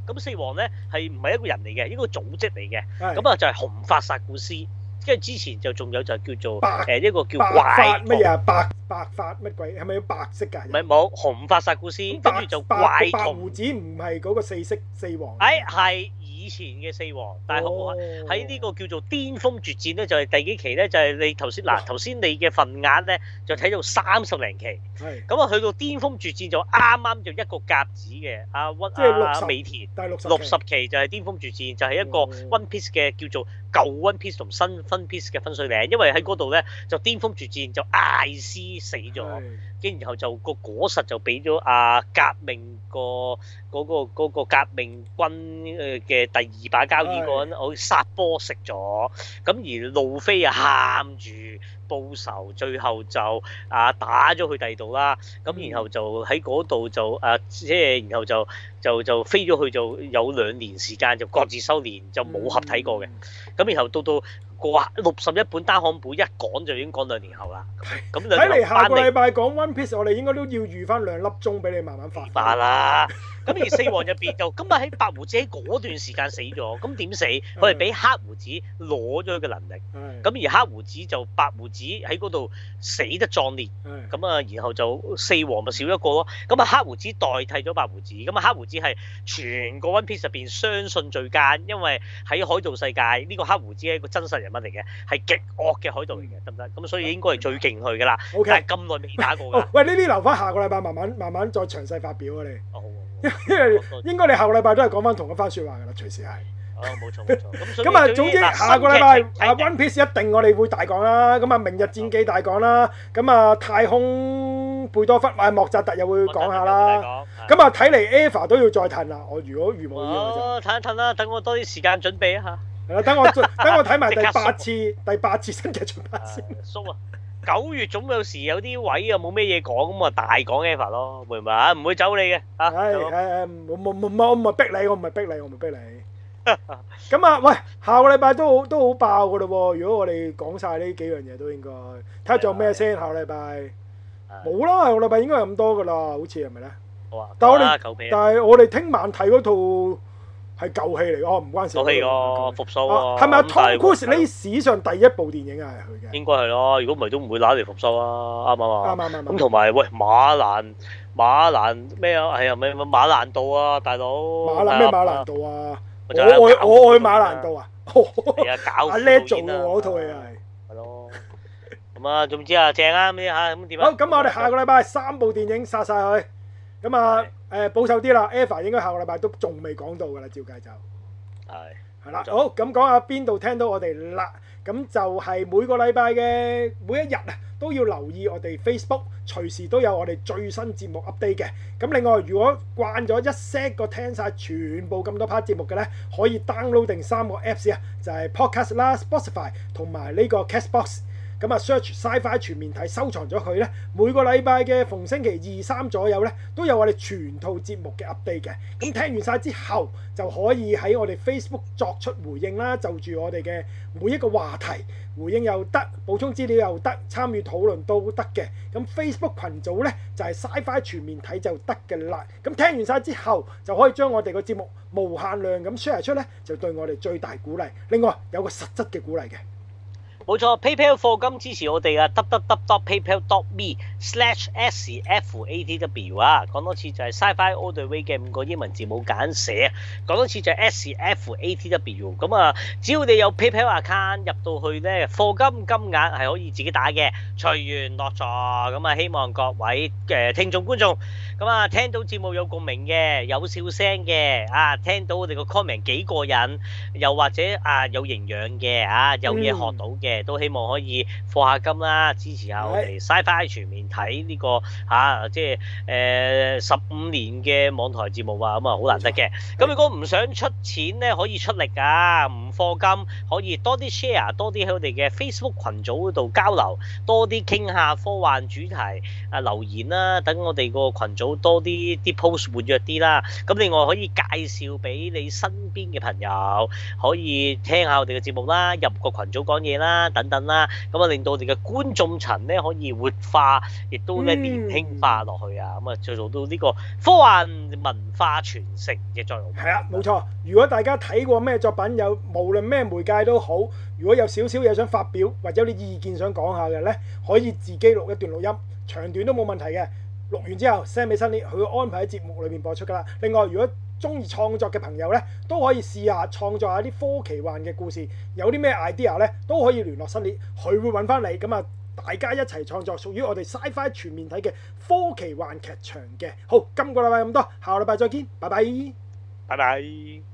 Speaker 1: 咁四王咧係唔係一個人嚟嘅，一個組織嚟嘅。
Speaker 2: 咁
Speaker 1: 咁啊就係紅髮殺故師，跟住之前就仲有就叫做
Speaker 2: 白
Speaker 1: 誒一個叫
Speaker 2: 白
Speaker 1: 怪
Speaker 2: 髮乜嘢啊？白白髮乜鬼？係咪要白色㗎？
Speaker 1: 唔係冇紅髮殺故師，
Speaker 2: 咁
Speaker 1: 跟
Speaker 2: 白
Speaker 1: 住就
Speaker 2: 白
Speaker 1: 怪
Speaker 2: 白
Speaker 1: 童
Speaker 2: 胡。子唔係嗰個四色四王。
Speaker 1: 誒係以前嘅四王，但係
Speaker 2: 哦
Speaker 1: 喺呢 個叫做巔峰決戰咧，就係第幾期咧？就係你頭先嗱，頭先你嘅份額咧就睇到三十零期。
Speaker 2: 係
Speaker 1: 咁啊，去到巔峰絕戰就啱啱就一個甲子嘅阿温
Speaker 2: 即係60
Speaker 1: 阿啊美田
Speaker 2: 第六十
Speaker 1: 六
Speaker 2: 期
Speaker 1: 十期就係巔峰絕戰，就係一個
Speaker 2: 哦
Speaker 1: One Piece 嘅叫做舊 One Piece 同新 One Piece 嘅分水嶺，因為喺嗰度咧就巔峰絕戰就艾斯死咗，
Speaker 2: 係
Speaker 1: 跟住然後就個果實就俾咗阿革命個嗰、個嗰、個革命軍誒嘅第二把交椅嗰個人，好似殺波食咗，咁而路飛啊喊住報仇，最後就啊打咗去第二度啦。咁
Speaker 2: 嗯
Speaker 1: 然後就喺嗰度就啊，即係然後就就就飛咗去就有兩年時間就各自修練，就冇合體過嘅。
Speaker 2: 嗯
Speaker 1: 咁然後到到掛六十一本單行本，一講就已經講兩年後啦。咁兩
Speaker 2: 睇嚟
Speaker 1: 年後
Speaker 2: 下
Speaker 1: 翻
Speaker 2: 個
Speaker 1: 嚟
Speaker 2: 禮拜講 One Piece，我哋應該都要預翻兩粒鐘俾你慢慢發揮。
Speaker 1: 化啦。咁而四王入邊就今日喺白胡子喺嗰段時間死咗，咁點死？佢係俾黑胡子攞咗佢嘅能力，
Speaker 2: 係，
Speaker 1: 咁而黑胡子就白胡子喺嗰度死得壯烈，
Speaker 2: 係
Speaker 1: 咁啊然後就四王咪少一個咯，咁啊黑胡子代替咗白胡子，咁啊黑胡子係全個 One Piece 入邊相信最奸，因為喺海盜世界呢、個黑胡子係一個真實人物嚟嘅，係極惡嘅海盜嚟嘅，得唔得？咁所以應該係最勁佢㗎啦，
Speaker 2: OK
Speaker 1: 但係咁耐未打過㗎
Speaker 2: 哦
Speaker 1: 啦。，
Speaker 2: 喂，呢啲留翻下個禮拜慢慢慢慢再詳細發表啊！ 你，
Speaker 1: 哦好好好
Speaker 2: 因為 應該你下個禮拜都係講翻同一番説話㗎啦，隨時係。
Speaker 1: 哦，冇錯冇 錯。咁所以
Speaker 2: 咁啊，
Speaker 1: 最
Speaker 2: 總之
Speaker 1: 嗱
Speaker 2: 下個禮拜
Speaker 1: 新劇
Speaker 2: 啊
Speaker 1: 係係
Speaker 2: ，One Piece 一定我哋會大講啦。咁啊，明日戰記大講啦。咁啊，太空貝多弗啊，莫扎特又會講下啦。
Speaker 1: 我覺得
Speaker 2: 咁啊，睇嚟 Eva 都要再褪啦。我如果如無意外就
Speaker 1: 哦，褪一褪啦，等我多啲時間準備啊一下。
Speaker 2: 係啦。等 我等我睇埋第
Speaker 1: 即刻
Speaker 2: 八
Speaker 1: 縮
Speaker 2: 次第八次新劇重 拍
Speaker 1: 啊
Speaker 2: 先。
Speaker 1: 叔啊，九月總有時有啲位啊冇咩嘢講，咁啊大講 Eva 咯，明唔明 啊？唔會走你嘅嚇。
Speaker 2: 唉
Speaker 1: 就咁
Speaker 2: 唉唉，冇冇冇冇，我唔係逼你，我唔係逼你，我唔係 逼你。咁啊，喂，下個禮拜都好都好爆噶嘞喎！如果我哋講晒呢幾樣嘢都應該，睇下仲有咩先。下個禮拜
Speaker 1: 啊
Speaker 2: 冇啦，下個禮拜應該係咁多噶啦，好似係咪咧？
Speaker 1: 好啊，
Speaker 2: 但
Speaker 1: 但我
Speaker 2: 我哋
Speaker 1: 哋求皮
Speaker 2: 但係我哋聽晚睇嗰套係舊戲嚟，哦唔關事。
Speaker 1: 求氣喎，復甦
Speaker 2: 啊
Speaker 1: 喎。
Speaker 2: 係咪啊
Speaker 1: 咁
Speaker 2: ？Tom
Speaker 1: 但
Speaker 2: Cruise
Speaker 1: 我
Speaker 2: 呢史上第一部電影啊，係佢嘅。
Speaker 1: 應該係咯，如果唔係都唔會揦嚟復甦啊，啱唔啱啊？
Speaker 2: 啱啱啱
Speaker 1: 咁
Speaker 2: 啱。
Speaker 1: 同埋喂馬蘭馬蘭咩啊？係啊，咩咩馬蘭道啊，大佬
Speaker 2: 馬蘭咩
Speaker 1: 哦
Speaker 2: 馬蘭？道啊？
Speaker 1: 我哦
Speaker 2: 我
Speaker 1: 就係
Speaker 2: 愛
Speaker 1: 搞
Speaker 2: 我
Speaker 1: 副
Speaker 2: 愛
Speaker 1: 導演
Speaker 2: 馬
Speaker 1: 啊
Speaker 2: 蘭道啊！
Speaker 1: 係啊，搞
Speaker 2: 阿
Speaker 1: 副
Speaker 2: 叻
Speaker 1: 導
Speaker 2: 做
Speaker 1: 演
Speaker 2: 嘅
Speaker 1: 啊
Speaker 2: 喎，嗰套戲係。
Speaker 1: 係咯。咁啊，總之啊，正啊，咁啲嚇，咁點啊？
Speaker 2: 好，咁我哋下個禮拜三部電影殺晒佢。咁啊，誒保守啲啦，Eva 應該下個禮拜都仲未講到㗎啦，照計就
Speaker 1: 係
Speaker 2: 係啦
Speaker 1: 冇。錯
Speaker 2: 好，咁講下邊度聽到我哋啦。咁就係每個禮拜嘅每一日啊，都要留意我哋 Facebook，隨時都有我哋最新節目 update 嘅。咁另外，如果慣咗一 set 個聽晒全部咁多 part 節目嘅呢，可以 download 定三個 Apps 啊，就係 Podcast 啦、Spotify 同埋呢個 Castbox。咁啊，search Sci-Fi 全面睇收藏咗佢呢，每個禮拜嘅逢星期二三左右呢，都有我哋全套節目嘅 update 嘅。咁聽完晒之後，就可以喺我哋 Facebook 作出回應啦，就住我哋嘅每一個話題回應又得，補充資料又得，參與討論都得嘅。咁 Facebook 群組呢，就係 Sci-Fi 全面睇就得嘅啦。咁聽完晒之後，就可以將我哋個節目無限量咁 share 出呢，就對我哋最大鼓勵。另外有個實質嘅鼓勵嘅。
Speaker 1: 冇錯，PayPal 課金支持我哋啊，www.paypal.me/sfatw 啊，講多次就係 Sci-Fi All the Way 嘅五個英文字母簡寫，講多次就係 sfatw。咁啊，只要你有 PayPal account 入到去咧，課金金額係可以自己打嘅，隨緣落座。咁啊，希望各位誒、呃、聽眾觀眾。咁啊，聽到節目有共鳴嘅，有笑聲嘅，啊，聽到我哋個 comment 幾過癮，又或者啊有營養嘅，啊有嘢學到嘅，都希望可以課下金啦，支持下我哋 Sci-Fi 全面睇呢、個嚇、啊即係誒十五年嘅網台節目啊，咁啊好難得嘅。咁如果唔想出錢咧，可以出力啊，唔課金可以多啲 share，多啲喺我哋嘅 Facebook 群組嗰度交流，多啲傾下科幻主題。啊留言啦，等我哋個群組多啲啲 post 活躍啲啦。咁另外可以介紹俾你身邊嘅朋友，可以聽下我哋嘅節目啦，入個群組講嘢啦，等等啦。咁啊，令到我哋嘅觀眾層咧可以活化，亦都咧
Speaker 2: 嗯
Speaker 1: 年輕化落去啊。咁啊，就做到呢個科幻文化傳承嘅作用。
Speaker 2: 係啦，冇錯。如果大家睇過咩作品，有無論咩媒介都好，如果有少少嘢想發表，或者有啲意見想講下嘅呢，可以自己錄一段錄音，長短都冇問題嘅。錄完之後 send 俾新啲，佢會安排喺節目裏面播出㗎啦。另外，如果中意創作嘅朋友呢，都可以試下創作下啲科奇幻嘅故事，有啲咩 idea 呢，都可以聯絡新啲，佢會揾翻你咁啊。大家一齊創作屬於我哋 Sci-Fi 全面睇嘅科奇幻劇場嘅。好，今個禮拜咁多，下個禮拜再見，拜拜。
Speaker 1: 拜拜。